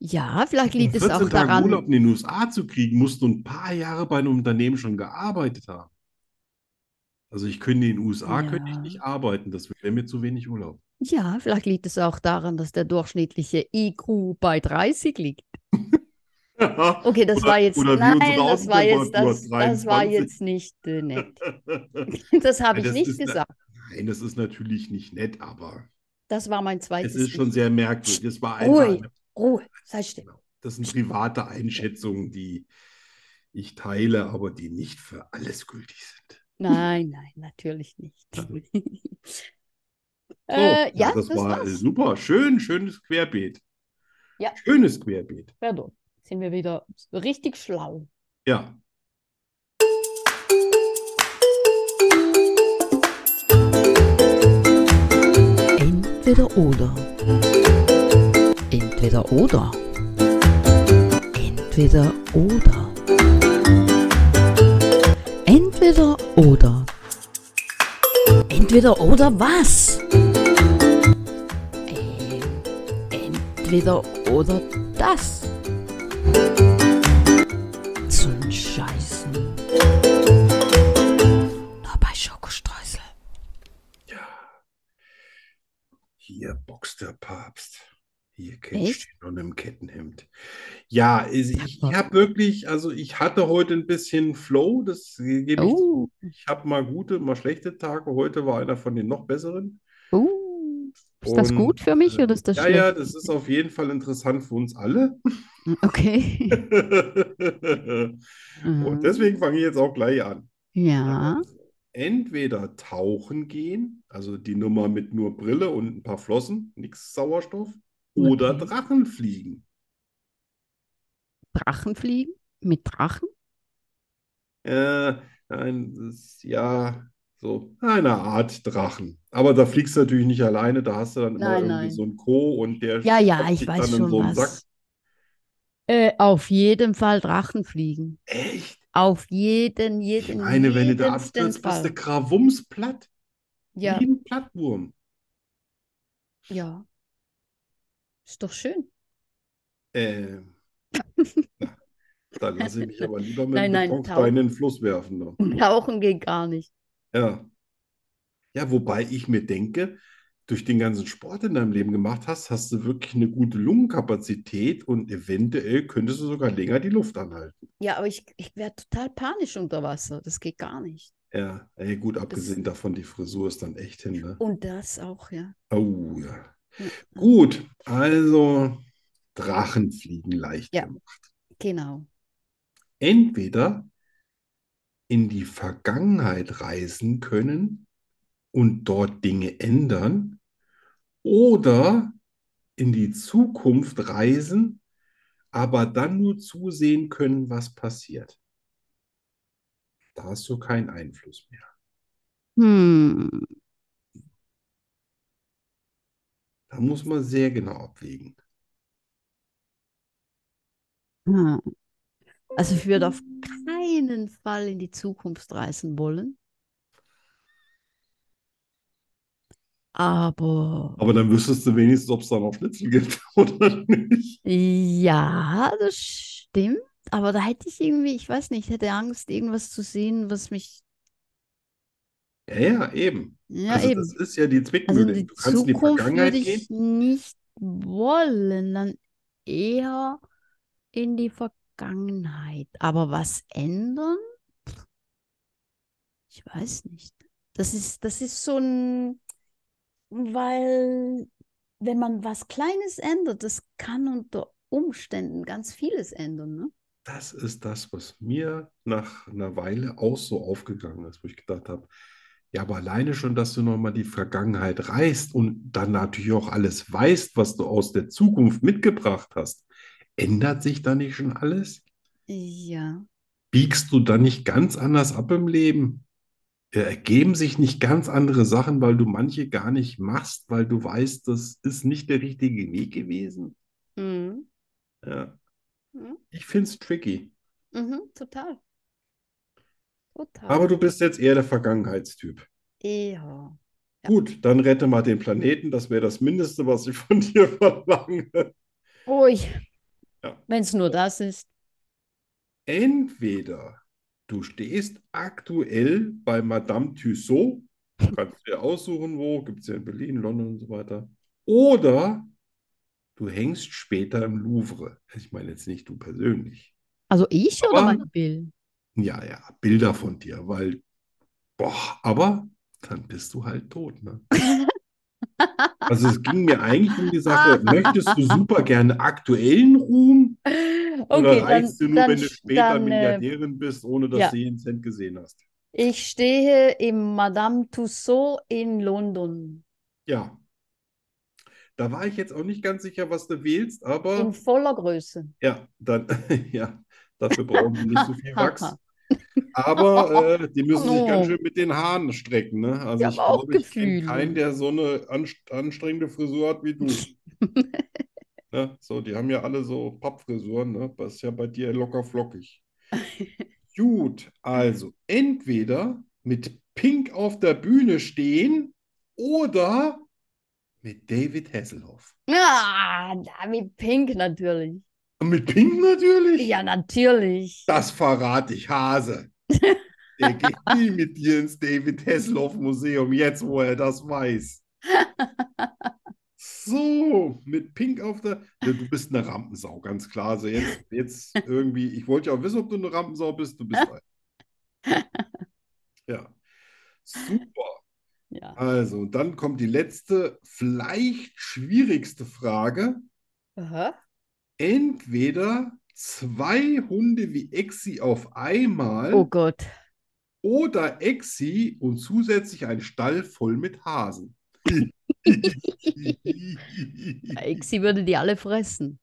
S4: Ja, vielleicht
S2: Um
S4: liegt es auch
S2: 14 Tage
S4: daran.
S2: Urlaub in den USA zu kriegen, musst du ein paar Jahre bei einem Unternehmen schon gearbeitet haben. Also ich könnte in den USA könnte ich
S4: Ja.
S2: nicht arbeiten, das wäre mir zu wenig Urlaub.
S4: Ja, vielleicht liegt es auch daran, dass der durchschnittliche IQ bei 30 liegt. Okay, das
S2: Oder-
S4: war jetzt,
S2: oder wie
S4: nein,
S2: unsere
S4: das war jetzt, das,
S2: Außentemperatur,
S4: das war
S2: 23.
S4: jetzt nicht äh, nett. Das habe
S2: Ja,
S4: ich
S2: das
S4: nicht
S2: ist-
S4: gesagt.
S2: Nein, das ist natürlich nicht nett, aber
S4: Das war mein
S2: es
S4: zweites.
S2: ist schon sehr merkwürdig. Das war einfach
S4: Ruhe,
S2: eine,
S4: Ruhe, sei still.
S2: das sind private Einschätzungen, die ich teile, aber die nicht für alles gültig sind.
S4: Nein, nein, natürlich nicht.
S2: So, also
S3: Äh, ja,
S2: Oh, das
S3: das
S2: war
S3: war's.
S2: super. Schön, schönes Querbeet.
S3: Ja.
S2: Schönes Querbeet.
S3: Pardon. Sind wir wieder richtig schlau.
S2: Ja.
S4: Entweder oder. Entweder oder. Entweder oder. Entweder oder. Entweder oder was? Ähm, entweder oder das. Zum Scheißen. Nur bei Schokostreusel.
S2: Hier boxt der Papst. Hier
S4: Echt?
S2: kämpft und im Kettenhemd. Ja, also
S4: Ja,
S2: ich
S4: Gott.
S2: habe wirklich, also ich hatte heute ein bisschen Flow, das gebe ich zu.
S4: Oh,
S2: Ich habe mal gute, mal schlechte Tage. Heute war einer von den noch besseren.
S4: oh. Ist das
S2: Uh, Und,
S4: gut für mich
S2: äh,
S4: oder ist das
S2: ja,
S4: schlecht?
S2: ja, das ist auf jeden Fall interessant für uns alle.
S4: Okay. Äh,
S2: Und äh, deswegen fange ich jetzt auch gleich an.
S4: Ja.
S2: Entweder tauchen gehen, also die Nummer mit nur Brille und ein paar Flossen, nichts Sauerstoff, oder
S4: Okay.
S2: Drachen fliegen.
S4: Drachen fliegen? Mit Drachen?
S2: Äh, nein, das ist ja so eine Art Drachen. Aber da fliegst du natürlich nicht alleine, da hast du dann immer
S3: Nein,
S2: irgendwie
S3: nein.
S2: so einen Co. und der
S4: Ja, ja,
S2: stopft
S4: ich
S2: dich
S4: weiß
S2: dann in
S4: schon
S2: so einen
S4: was.
S2: Sack.
S4: Äh, auf jeden Fall Drachen fliegen.
S2: Echt?
S4: Auf jeden,
S2: Ich
S4: jeden,
S2: meine, wenn du da
S4: jedensten
S2: abstürzt, bist du
S4: Fall.
S2: Krawums platt,
S4: Ja,
S2: wie ein Plattwurm.
S4: ja.
S3: Ist doch schön.
S2: Äh, na, da lasse ich mich aber lieber mit
S3: Nein,
S2: einem
S3: nein,
S2: Betonstein
S3: tau-
S2: in den Fluss werfen. Ne?
S3: Tauchen geht gar nicht.
S2: Ja. Ja, wobei ich mir denke, durch den ganzen Sport in deinem Leben gemacht hast, hast du wirklich eine gute Lungenkapazität und eventuell könntest du sogar länger die Luft anhalten.
S3: Ja, aber ich, ich wäre total panisch unter Wasser. Das geht gar nicht.
S2: Ja, ey, gut, abgesehen davon, die Frisur ist dann echt hin, ne?
S3: Und das auch, ja.
S2: Oh, ja.
S3: Ja.
S2: Gut, also Drachen fliegen leicht
S3: Ja.
S2: gemacht.
S3: Genau.
S2: Entweder in die Vergangenheit reisen können und dort Dinge ändern oder in die Zukunft reisen, aber dann nur zusehen können, was passiert. Da hast du keinen Einfluss mehr.
S3: Hm.
S2: Da muss man sehr genau abwägen.
S3: Hm. Also ich würde auf
S2: Hm.
S3: keinen Fall in die Zukunft reisen wollen. Aber
S2: Aber dann wüsstest du wenigstens, ob es da noch Schnitzel gibt oder nicht.
S3: ja, das stimmt. Aber da hätte ich irgendwie, ich weiß nicht, ich hätte Angst, irgendwas zu sehen, was mich.
S2: Ja, ja, eben.
S3: Ja,
S2: also
S3: eben.
S2: das ist ja die
S3: Also in
S2: Zwickmühle.
S3: die
S2: Du kannst in die
S3: Zukunft
S2: Vergangenheit
S3: würde ich
S2: gehen.
S3: nicht wollen, dann eher in die Vergangenheit. Aber was ändern? Ich weiß nicht. Das ist, das ist so ein, weil wenn man was Kleines ändert, das kann unter Umständen ganz vieles ändern, ne?
S2: Das ist das, was mir nach einer Weile auch so aufgegangen ist, wo ich gedacht habe, ja, aber alleine schon, dass du nochmal die Vergangenheit reist und dann natürlich auch alles weißt, was du aus der Zukunft mitgebracht hast, ändert sich da nicht schon alles?
S3: Ja.
S2: Biegst du dann nicht ganz anders ab im Leben? Äh, Ergeben sich nicht ganz andere Sachen, weil du manche gar nicht machst, weil du weißt, das ist nicht der richtige Weg gewesen?
S3: Mhm.
S2: Ja.
S3: Mhm.
S2: Ich finde es tricky.
S3: Mhm, total. Total.
S2: Aber du bist jetzt eher der Vergangenheitstyp.
S3: ja. Ja.
S2: Gut, dann rette mal den Planeten. Das wäre das Mindeste, was ich von dir verlange.
S3: Ui,
S2: Ja.
S3: wenn es nur das ist.
S2: Entweder du stehst aktuell bei Madame Tussaud, kannst dir aussuchen, wo, gibt es ja in Berlin, London und so weiter. Oder du hängst später im Louvre. Ich meine jetzt nicht du persönlich.
S3: Also ich oder
S2: Aber-
S3: mein Bill?
S2: Ja, ja, Bilder von dir, weil, boah, aber dann bist du halt tot, ne? Also es ging mir eigentlich um die Sache, möchtest du super gerne aktuellen Ruhm? Oder
S3: Okay, dann,
S2: reicht's dir nur,
S3: dann,
S2: wenn du später
S3: dann, äh,
S2: Milliardärin bist, ohne dass
S3: ja.
S2: du jeden Cent gesehen hast?
S3: ich stehe im Madame Tussauds in London.
S2: Ja. Da war ich jetzt auch nicht ganz sicher, was du wählst, aber
S3: In voller Größe.
S2: ja, dann, ja, dafür brauchen wir nicht so viel Wachs. Aber äh, die müssen sich ganz
S3: Oh.
S2: schön mit den Haaren strecken, ne? Also
S3: Ja,
S2: ich
S3: aber auch ne?
S2: glaube, ich kenne
S3: Gefühle.
S2: keinen, der so eine anst- anstrengende Frisur hat wie du. Ne? So, die haben ja alle so Pappfrisuren, ne? Das ist ja bei dir locker flockig. Gut, also entweder mit Pink auf der Bühne stehen oder mit David Hasselhoff.
S3: Ah, damit Pink natürlich.
S2: Mit Pink natürlich?
S3: Ja, natürlich.
S2: Das verrate ich, Hase. Der geht nie mit dir ins David Hasselhoff Museum, jetzt wo er das weiß. So, mit Pink auf der. Ja, Du bist eine Rampensau, ganz klar. Also jetzt, jetzt irgendwie, ich wollte ja auch wissen, ob du eine Rampensau bist. Du bist eine. Ja. Super.
S3: Ja.
S2: Also, und dann kommt die letzte, vielleicht schwierigste Frage.
S3: Aha.
S2: Entweder zwei Hunde wie Exi auf einmal.
S3: Oh Gott.
S2: Oder Exi und zusätzlich ein Stall voll mit Hasen.
S3: Sie würde die alle fressen.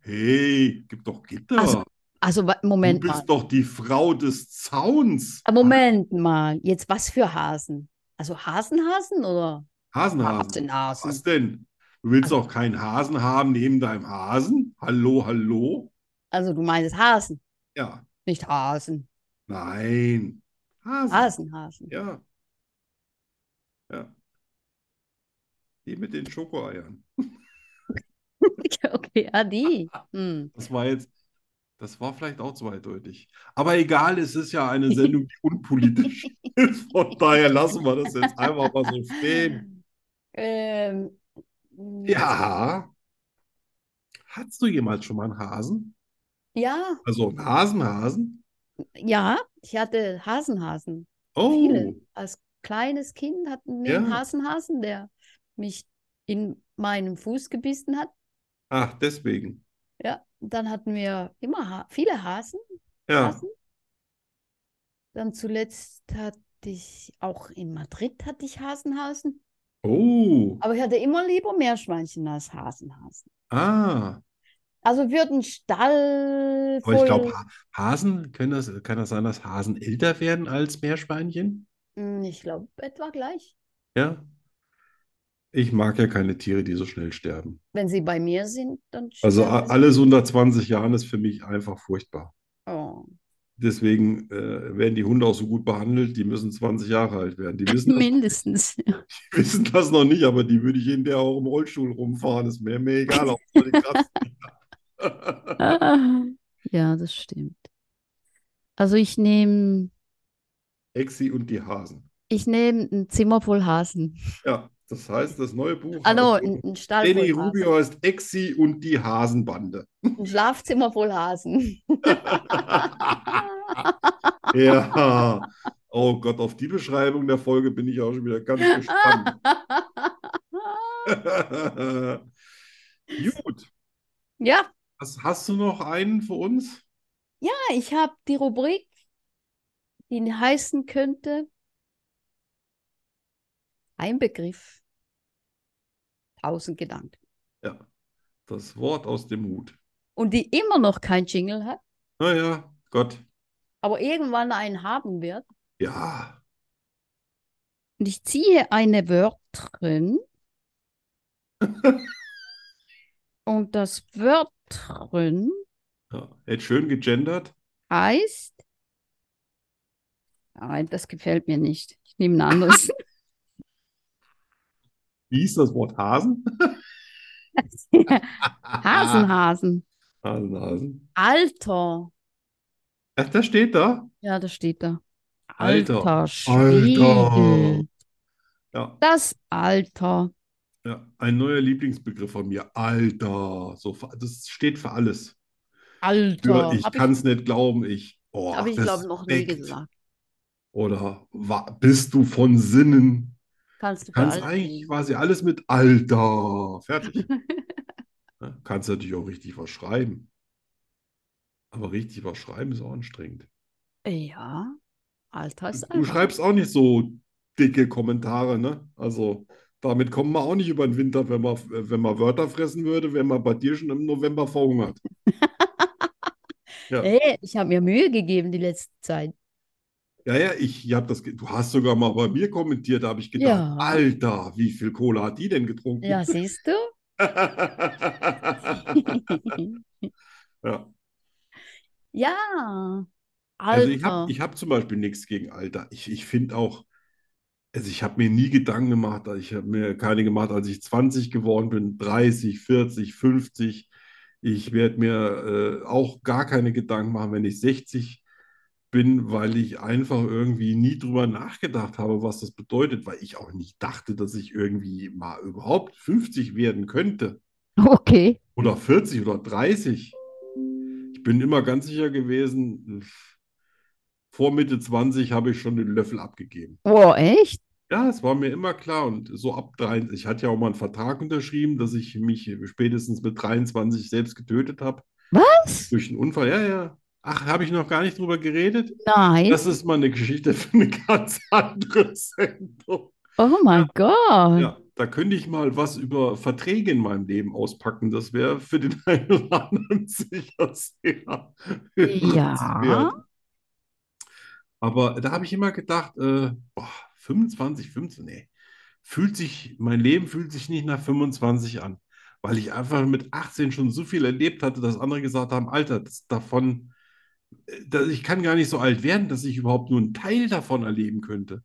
S2: Hey, gib doch Gitter.
S3: Also, Also, wa-
S2: du
S3: Moment mal.
S2: bist doch die Frau des Zauns.
S3: Ah, Moment mal. Jetzt was für Hasen? Also Hasenhasen oder
S2: Hasenhasen.
S3: Hasenhasen?
S2: Was denn? Du willst doch keinen Hasen haben neben deinem Hasen? Hallo, hallo?
S3: Also du meinst Hasen,
S2: Ja,
S3: nicht Hasen.
S2: nein. Hasen.
S3: Hasenhasen.
S2: Ja. Ja. Die mit den Schokoeiern.
S3: Okay, ah, die. Hm.
S2: Das war jetzt, das war vielleicht auch zweideutig. Aber egal, es ist ja eine Sendung, die unpolitisch ist. Von daher lassen wir das jetzt einfach mal so stehen.
S3: Ähm,
S2: Ja. Hattest du jemals schon mal einen Hasen?
S3: ja,
S2: Also einen Hasenhasen?
S3: ja, ich hatte Hasenhasen. Viele.
S2: Oh,
S3: Als kleines Kind hatten wir
S2: Ja.
S3: einen Hasenhasen, der mich in meinem Fuß gebissen hat.
S2: ach, deswegen.
S3: Ja, dann hatten wir immer ha viele Hasen,
S2: Ja.
S3: Hasen. Dann zuletzt hatte ich auch in Madrid hatte ich Hasenhasen,
S2: Oh,
S3: aber ich hatte immer lieber Meerschweinchen als Hasenhasen.
S2: ah,
S3: Also wird ein Stall
S2: Aber ich
S3: voll-
S2: glaube, Ha- Hasen, können das, kann das sein, dass Hasen älter werden als Meerschweinchen?
S3: Hm, ich glaube, etwa gleich.
S2: Ja. Ich mag ja keine Tiere, die so schnell sterben.
S3: Wenn sie bei mir sind, dann
S2: Also a-
S3: sterben
S2: alles unter 20 Jahren ist für mich einfach furchtbar.
S3: sie. Oh.
S2: Deswegen äh, werden die Hunde auch so gut behandelt, die müssen 20 Jahre alt werden. Die wissen, das,
S4: Mindestens.
S2: die wissen das noch nicht, aber die würde ich hinterher auch im Rollstuhl rumfahren. Ist mir, mir egal, ob die kratzen.
S4: ja, das stimmt. Also ich nehme
S2: Exi und die Hasen.
S4: ich nehm ein Zimmer voll Hasen. Ah,
S2: Ja, das heißt, das neue Buch
S3: Hallo,
S2: heißt,
S3: ein, ein Stall
S2: Danny
S3: voll
S2: Rubio heißt Exi und die Hasenbande.
S3: Hasen. Ein Schlafzimmer voll Hasen.
S2: Ja. Oh Gott, auf die Beschreibung der Folge bin ich auch schon wieder ganz gespannt. Gut,
S3: Ja,
S2: hast, hast du noch einen für uns?
S3: ja, ich habe die Rubrik, die heißen könnte Ein Begriff, tausend Gedanken.
S2: Ja, das Wort aus dem Hut.
S3: Und die immer noch kein Jingle hat,
S2: Naja, Gott.
S3: aber irgendwann einen haben wird.
S2: Ja,
S3: Und ich ziehe eine Wörterin. Und das Wörtchen
S2: ja. Hätte schön gegendert.
S3: heißt. Nein, das gefällt mir nicht. Ich nehme ein anderes.
S2: Wie hieß das Wort Hasen?
S3: Hasenhasen.
S2: Hasen, Hasen.
S3: Alter.
S2: Ach, das steht da.
S3: Ja, das steht da.
S2: Alter.
S4: Alter Schwede.
S2: Ja,
S3: Das Alter.
S2: ja. Ein neuer Lieblingsbegriff von mir. Alter. So, für- das steht für alles.
S3: Alter.
S2: Für, ich
S3: Hab
S2: kann es nicht glauben, ich. Oh,
S3: hab ich, glaube ich, noch nie
S2: Respekt.
S3: gesagt.
S2: Oder wa, bist du von Sinnen?
S3: Kannst du für
S2: Kannst
S3: alles
S2: eigentlich
S3: nehmen.
S2: quasi alles mit Alter. Fertig. Ne? Kannst natürlich auch richtig was schreiben. Aber richtig was schreiben ist auch anstrengend.
S3: Ja. Alter ist
S2: Du
S3: Alter.
S2: schreibst auch nicht so dicke Kommentare, ne? Also damit kommen wir auch nicht über den Winter, wenn man, wenn man Wörter fressen würde, wenn man bei dir schon im November verhungert. Ja.
S3: Hey, Äh, ich habe mir Mühe gegeben die letzte Zeit.
S2: Ja, ja, ich, ich habe das. ge- Du hast sogar mal bei mir kommentiert, da habe ich gedacht,
S3: Ja.
S2: Alter, wie viel Cola hat die denn getrunken?
S3: Ja, siehst du?
S2: Ja,
S3: Ja.
S2: also ich
S3: Alter.
S2: habe ich hab zum Beispiel nichts gegen Alter. Ich, ich finde auch, also ich habe mir nie Gedanken gemacht, also ich habe mir keine gemacht, als ich 20 geworden bin, 30, 40, 50. Ich werde mir äh, auch gar keine Gedanken machen, wenn ich 60 bin, weil ich einfach irgendwie nie drüber nachgedacht habe, was das bedeutet, weil ich auch nicht dachte, dass ich irgendwie mal überhaupt 50 werden könnte.
S4: Okay.
S2: Oder 40 oder 30. Ich bin immer ganz sicher gewesen, vor Mitte 20 habe ich schon den Löffel abgegeben.
S4: Oh, echt?
S2: Ja, es war mir immer klar. Und so ab 23, ich hatte ja auch mal einen Vertrag unterschrieben, dass ich mich spätestens mit 23 selbst getötet habe.
S4: Was?
S2: Durch einen Unfall. Ja, ja. Ach, habe ich noch gar nicht drüber geredet?
S4: Nein.
S2: Das ist mal eine Geschichte für eine ganz andere Sendung.
S4: Oh mein Gott.
S2: Ja, da könnte ich mal was über Verträge in meinem Leben auspacken. Das wäre für den einen oder anderen sicher sehr hörenswert. Aber da habe ich immer gedacht, äh, boah, 25, 15, nee, fühlt sich, mein Leben fühlt sich nicht nach 25 an, weil ich einfach mit 18 schon so viel erlebt hatte, dass andere gesagt haben, Alter, das, davon, äh, dass ich kann gar nicht so alt werden, dass ich überhaupt nur einen Teil davon erleben könnte.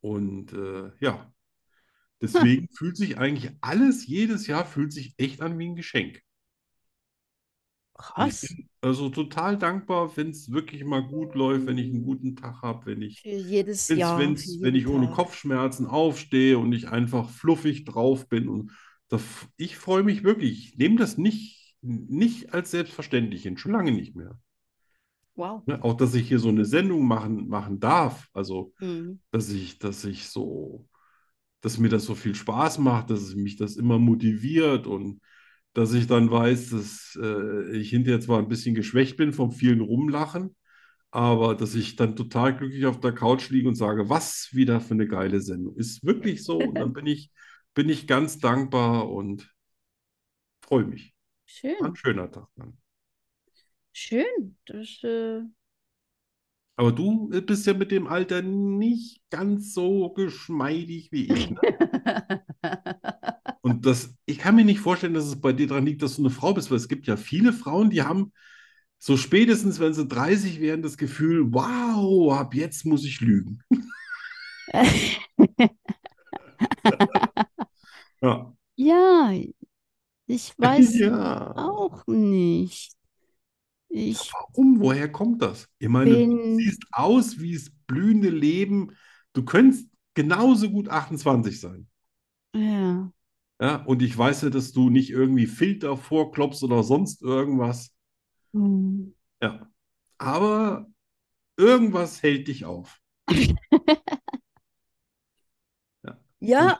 S2: Und äh, ja, deswegen fühlt sich eigentlich alles, jedes Jahr fühlt sich echt an wie ein Geschenk. Und ich
S3: Krass.
S2: bin also total dankbar, wenn es wirklich mal gut läuft, wenn ich einen guten Tag habe, wenn ich
S3: Für jedes
S2: wenn's,
S3: Jahr.
S2: wenn's,
S3: für
S2: wenn ich
S3: jeden
S2: ohne
S3: Tag.
S2: Kopfschmerzen aufstehe und ich einfach fluffig drauf bin. Und da, f- ich freue mich wirklich. Ich nehme das nicht, nicht als selbstverständlich hin, schon lange nicht mehr.
S3: Wow.
S2: Ne? Auch, dass ich hier so eine Sendung machen, machen darf. Also,
S3: Mhm.
S2: dass ich, dass ich so, dass mir das so viel Spaß macht, dass es mich das immer motiviert und dass ich dann weiß, dass äh, ich hinterher zwar ein bisschen geschwächt bin vom vielen Rumlachen, aber dass ich dann total glücklich auf der Couch liege und sage, was wieder für eine geile Sendung. Ist wirklich so. Und dann bin ich, bin ich ganz dankbar und freue mich.
S3: Schön,
S2: War ein schöner Tag dann.
S3: schön. Das, äh,
S2: Aber du äh, bist ja mit dem Alter nicht ganz so geschmeidig wie ich. Ne? Und das, ich kann mir nicht vorstellen, dass es bei dir daran liegt, dass du eine Frau bist, weil es gibt ja viele Frauen, die haben so spätestens, wenn sie 30 wären, das Gefühl, wow, ab jetzt muss ich lügen. Ja.
S3: ja, ich weiß
S2: Ja.
S3: auch nicht. Ich
S2: Warum? Woher kommt das? Ich meine, du
S3: Bin-
S2: siehst aus wie das blühende Leben. Du könntest genauso gut 28 sein.
S3: Ja,
S2: Ja, und ich weiß ja, dass du nicht irgendwie Filter vorklopfst oder sonst irgendwas.
S3: Hm.
S2: Ja. Aber irgendwas hält dich auf.
S3: ja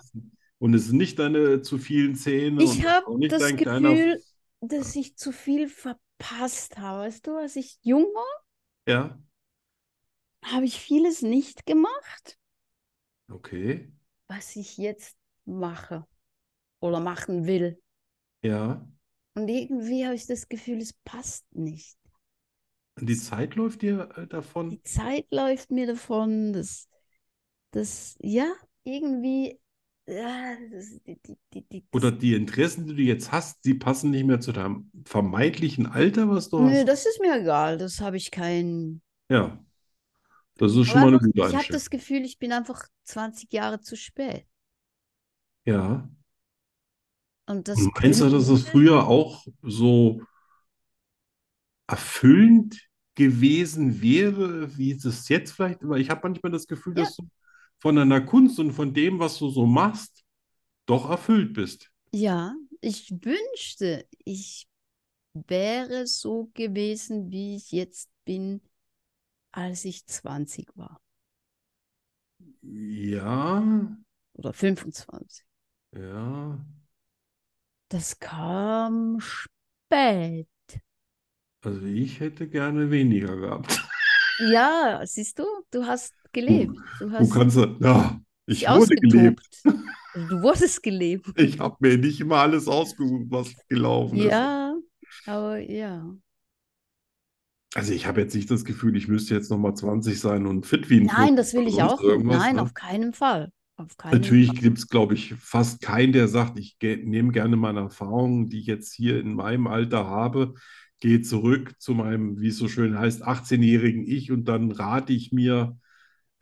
S2: Und es sind nicht deine zu vielen Zähne und
S3: ich
S2: es ist auch
S3: habe
S2: nicht
S3: das
S2: dein kleiner.
S3: Gefühl, dass ich zu viel verpasst habe. Weißt du, als ich jung war,
S2: Ja,
S3: habe ich vieles nicht gemacht,
S2: okay.
S3: was ich jetzt mache oder machen will.
S2: Ja.
S3: Und irgendwie habe ich das Gefühl, es passt nicht.
S2: Und die Zeit läuft dir äh, davon.
S3: Die Zeit läuft mir davon. Das, das ja, irgendwie, ja, das, die, die, die, die,
S2: Oder
S3: das,
S2: die Interessen, die du jetzt hast, die passen nicht mehr zu deinem vermeintlichen Alter, was du
S3: nö,
S2: hast.
S3: das ist mir egal. Das habe ich keinen.
S2: Ja. Das ist schon
S3: Aber
S2: mal eine
S3: einfach,
S2: gute
S3: ich habe
S2: Einstellung.
S3: das Gefühl, ich bin einfach 20 Jahre zu spät.
S2: Ja.
S3: Und das ne?
S2: Und meinst du,
S3: bringt
S2: dass das früher auch so erfüllend gewesen wäre, wie es es jetzt vielleicht? Weil ich habe manchmal das Gefühl,
S3: Ja.
S2: dass du von deiner Kunst und von dem, was du so machst, doch erfüllt bist.
S3: Ja, ich wünschte, ich wäre so gewesen, wie ich jetzt bin, als ich 20 war
S2: Ja,
S3: oder 25.
S2: ja.
S3: Das kam spät.
S2: Also ich hätte gerne weniger gehabt.
S3: Ja, siehst du, du hast gelebt. Du
S2: Hm. Du
S3: hast
S2: kannst, ja, ich
S3: dich
S2: wurde gelebt.
S3: ausgetobt. Du wurdest gelebt.
S2: Ich habe mir nicht immer alles ausgesucht, was gelaufen ist.
S3: Ja, aber ja.
S2: Also ich habe jetzt nicht das Gefühl, ich müsste jetzt nochmal 20 sein und fit wie ein
S3: Nein,
S2: Fluss
S3: das will
S2: oder
S3: ich
S2: sonst
S3: auch nicht.
S2: irgendwas,
S3: Nein,
S2: ne?
S3: auf keinen Fall. Auf keinen
S2: Natürlich
S3: Fall.
S2: gibt es, glaube ich, fast keinen, der sagt, ich ge- nehme gerne meine Erfahrungen, die ich jetzt hier in meinem Alter habe, gehe zurück zu meinem, wie es so schön heißt, 18-jährigen Ich und dann rate ich mir,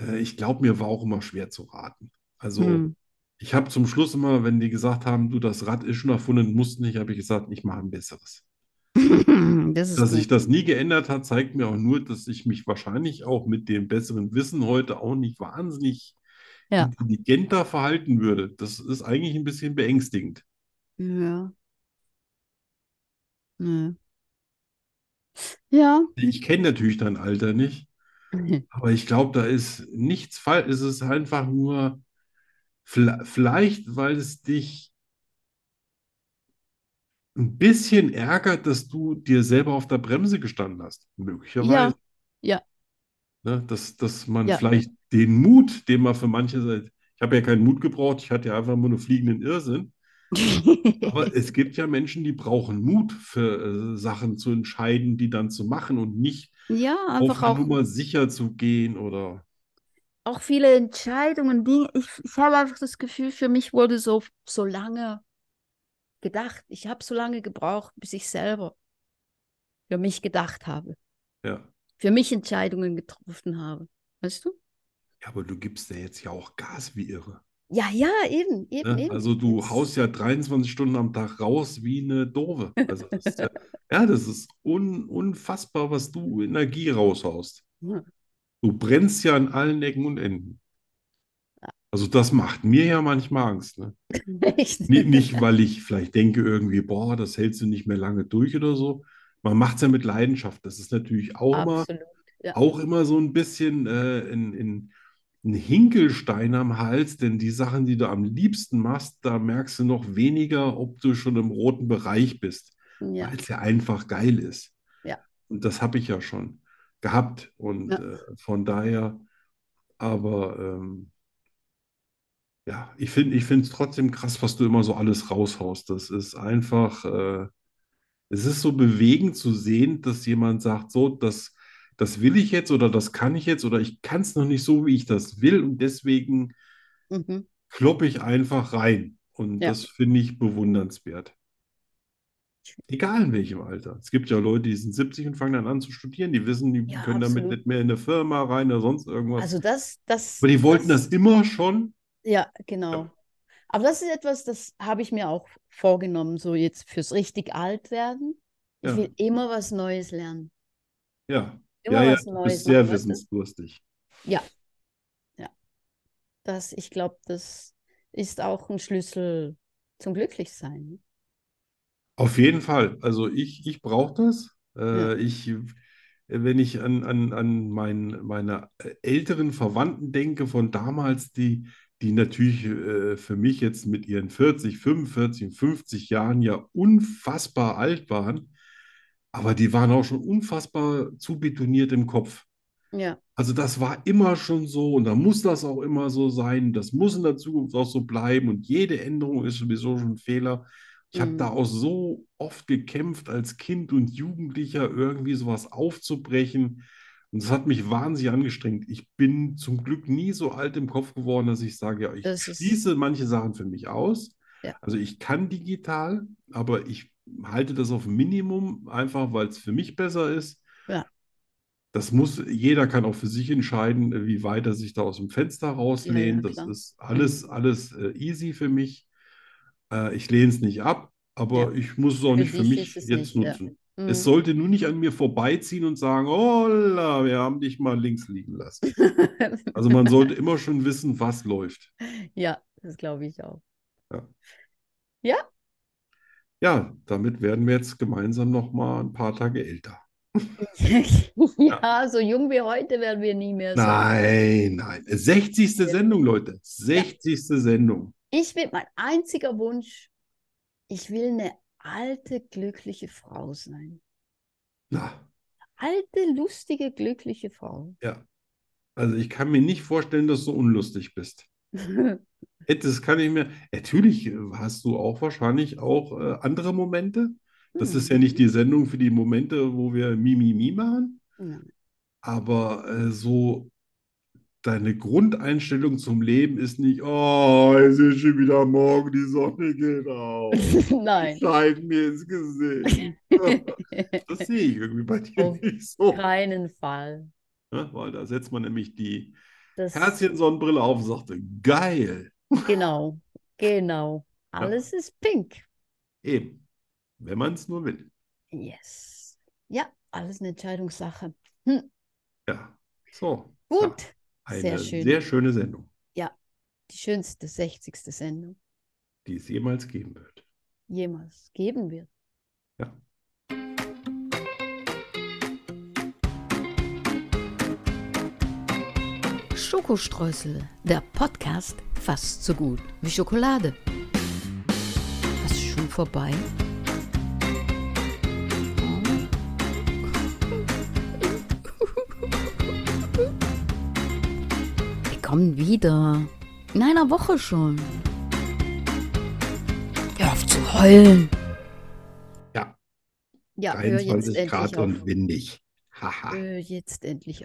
S2: äh, ich glaube, mir war auch immer schwer zu raten. Also
S3: Hm.
S2: ich habe zum Schluss immer, wenn die gesagt haben, du, das Rad ist schon erfunden, musst nicht, habe ich gesagt, ich mache ein besseres.
S3: Hm. Das ist
S2: Dass sich
S3: gut.
S2: das nie geändert hat, zeigt mir auch nur, dass ich mich wahrscheinlich auch mit dem besseren Wissen heute auch nicht wahnsinnig
S3: Ja.
S2: intelligenter verhalten würde. Das ist eigentlich ein bisschen beängstigend.
S3: Ja. Nö. Ja.
S2: Ich kenne natürlich dein Alter nicht, aber ich glaube, da ist nichts falsch. Es ist einfach nur, vla- vielleicht, weil es dich ein bisschen ärgert, dass du dir selber auf der Bremse gestanden hast. Möglicherweise.
S3: ja.
S2: Ne, dass, dass man
S3: Ja.
S2: vielleicht den Mut, den man für manche sagt, ich habe ja keinen Mut gebraucht, ich hatte ja einfach nur einen fliegenden Irrsinn. Aber es gibt ja Menschen, die brauchen Mut für äh, Sachen zu entscheiden, die dann zu machen und nicht
S3: Ja,
S2: auf
S3: einfach
S2: die
S3: auch,
S2: Nummer sicher zu gehen oder
S3: auch viele Entscheidungen, Dinge. Ich, ich habe einfach das Gefühl, für mich wurde so, so lange gedacht. Ich habe so lange gebraucht, bis ich selber für mich gedacht habe,
S2: ja.
S3: für mich Entscheidungen getroffen habe. Weißt du?
S2: Ja, aber du gibst ja jetzt ja auch Gas wie irre.
S3: Ja, ja, eben, eben,
S2: Ne?
S3: eben.
S2: Also du
S3: Jetzt-
S2: haust ja 23 Stunden am Tag raus wie eine Dove. Also das ist ja, ja, das ist un, unfassbar, was du Energie raushaust.
S3: Ja.
S2: Du brennst ja an allen Ecken und Enden. Also das macht mir ja manchmal Angst. Ne?
S3: Echt?
S2: Ni- Nicht, weil ich vielleicht denke irgendwie, boah, das hältst du nicht mehr lange durch oder so. Man macht es ja mit Leidenschaft. Das ist natürlich auch immer,
S8: Absolut. ja.
S2: auch immer so ein bisschen äh, in, in, ein Hinkelstein am Hals, denn die Sachen, die du am liebsten machst, da merkst du noch weniger, ob du schon im roten Bereich bist
S3: Ja.
S2: weil es ja einfach geil ist.
S3: Ja.
S2: Und das habe ich ja schon gehabt. Und
S3: Ja.
S2: äh, von daher, aber ähm, ja, ich finde, ich finde es trotzdem krass, was du immer so alles raushaust. Das ist einfach, äh, Es ist so bewegend zu sehen, dass jemand sagt, so, das, das will ich jetzt oder das kann ich jetzt oder ich kann es noch nicht so, wie ich das will und deswegen
S1: Mhm.
S2: kloppe ich einfach rein. Und
S1: Ja.
S2: das finde ich bewundernswert. Egal in welchem Alter. Es gibt ja Leute, die sind 70 und fangen dann an zu studieren, die wissen, die
S3: Ja,
S2: können damit
S3: absolut.
S2: nicht mehr in eine Firma rein oder sonst irgendwas.
S3: Also das, das,
S2: Aber die wollten das immer schon.
S3: Ja, genau. Aber das ist etwas, das habe ich mir auch vorgenommen, so jetzt fürs richtig alt werden. Ich
S2: Ja.
S3: will immer was Neues lernen.
S2: Ja,
S3: Immer
S2: ja, ja,
S3: was
S2: du
S3: Neues
S2: bist sehr
S3: machen, weißt du?
S2: wissensdurstig.
S3: Das, ich glaube, das ist auch ein Schlüssel zum Glücklichsein.
S2: Auf jeden Fall. Also ich, ich brauche das.
S3: Ja.
S2: Äh, ich, äh, wenn ich an, an, an mein, meine älteren Verwandten denke von damals, die, die natürlich äh, für mich jetzt mit ihren 40, 45, 50 Jahren ja unfassbar alt waren, aber die waren auch schon unfassbar zubetoniert im Kopf.
S3: Ja,
S2: Also das war immer schon so und da muss das auch immer so sein. Das muss in der Zukunft auch so bleiben und jede Änderung ist sowieso schon ein Fehler. Ich habe
S3: Mhm.
S2: da auch so oft gekämpft, als Kind und Jugendlicher irgendwie sowas aufzubrechen. Und das hat mich wahnsinnig angestrengt. Ich bin zum Glück nie so alt im Kopf geworden, dass ich sage, ja, ich
S3: Das ist-
S2: schließe manche Sachen für mich aus.
S3: Ja.
S2: Also ich kann digital, aber ich halte das auf Minimum, einfach weil es für mich besser ist. Das muss, jeder kann auch für sich entscheiden, wie weit er sich da aus dem Fenster rauslehnt. Das
S3: klar.
S2: ist alles, alles äh, easy für mich. Äh, ich lehne es nicht ab, aber ich muss es auch
S3: Für
S2: nicht für
S3: dich
S2: mich
S3: ist es
S2: jetzt
S3: nicht, ja.
S2: nutzen.
S3: Mhm.
S2: Es sollte nur nicht an mir vorbeiziehen und sagen, holla, wir haben dich mal links liegen lassen. Also man sollte immer schon wissen, was läuft.
S3: Ja, das glaube ich auch.
S2: Ja, damit werden wir jetzt gemeinsam noch mal ein paar Tage älter.
S3: Ja, so jung wie heute werden wir nie mehr sein.
S2: Nein, nein. 60. Sendung, Leute. 60. Sendung.
S3: Ich will, mein einziger Wunsch, ich will eine alte, glückliche Frau sein.
S2: Na.
S3: Alte, lustige, glückliche Frau.
S2: Also ich kann mir nicht vorstellen, dass du unlustig bist. Oh. Ed, Das kann ich mir. Natürlich hast du auch wahrscheinlich auch äh, andere Momente. Das ist ja nicht die Sendung für die Momente, wo wir Mimimi machen.
S3: Nein.
S2: Aber äh, so deine Grundeinstellung zum Leben ist nicht, oh, es ist schon wieder morgen, die Sonne geht auf.
S3: Nein,
S2: Scheint mir ins Gesicht. Das sehe ich irgendwie bei dir
S3: Auf
S2: nicht so.
S3: keinen Fall.
S2: Ne? Weil da setzt man nämlich die
S3: Das,
S2: Herzchen-Sonnenbrille auf und sagte, geil.
S3: genau, genau. Alles ist pink.
S2: Eben, wenn man es nur will.
S3: Yes. Ja, alles eine Entscheidungssache.
S2: Ja, so.
S3: Gut,
S2: Ja,
S3: sehr
S2: eine
S3: schön.
S2: sehr schöne Sendung,
S3: die schönste 60. Sendung
S2: die es jemals geben wird.
S3: jemals geben wird.
S4: Schokostreusel, der Podcast fast so gut wie Schokolade. Was ist schon vorbei? Wir kommen wieder. In einer Woche schon. Hör auf zu heulen.
S2: Ja,
S3: Ja, hör jetzt
S2: 23
S3: endlich
S2: Grad
S3: auf.
S2: und windig. Haha.
S3: Hör jetzt endlich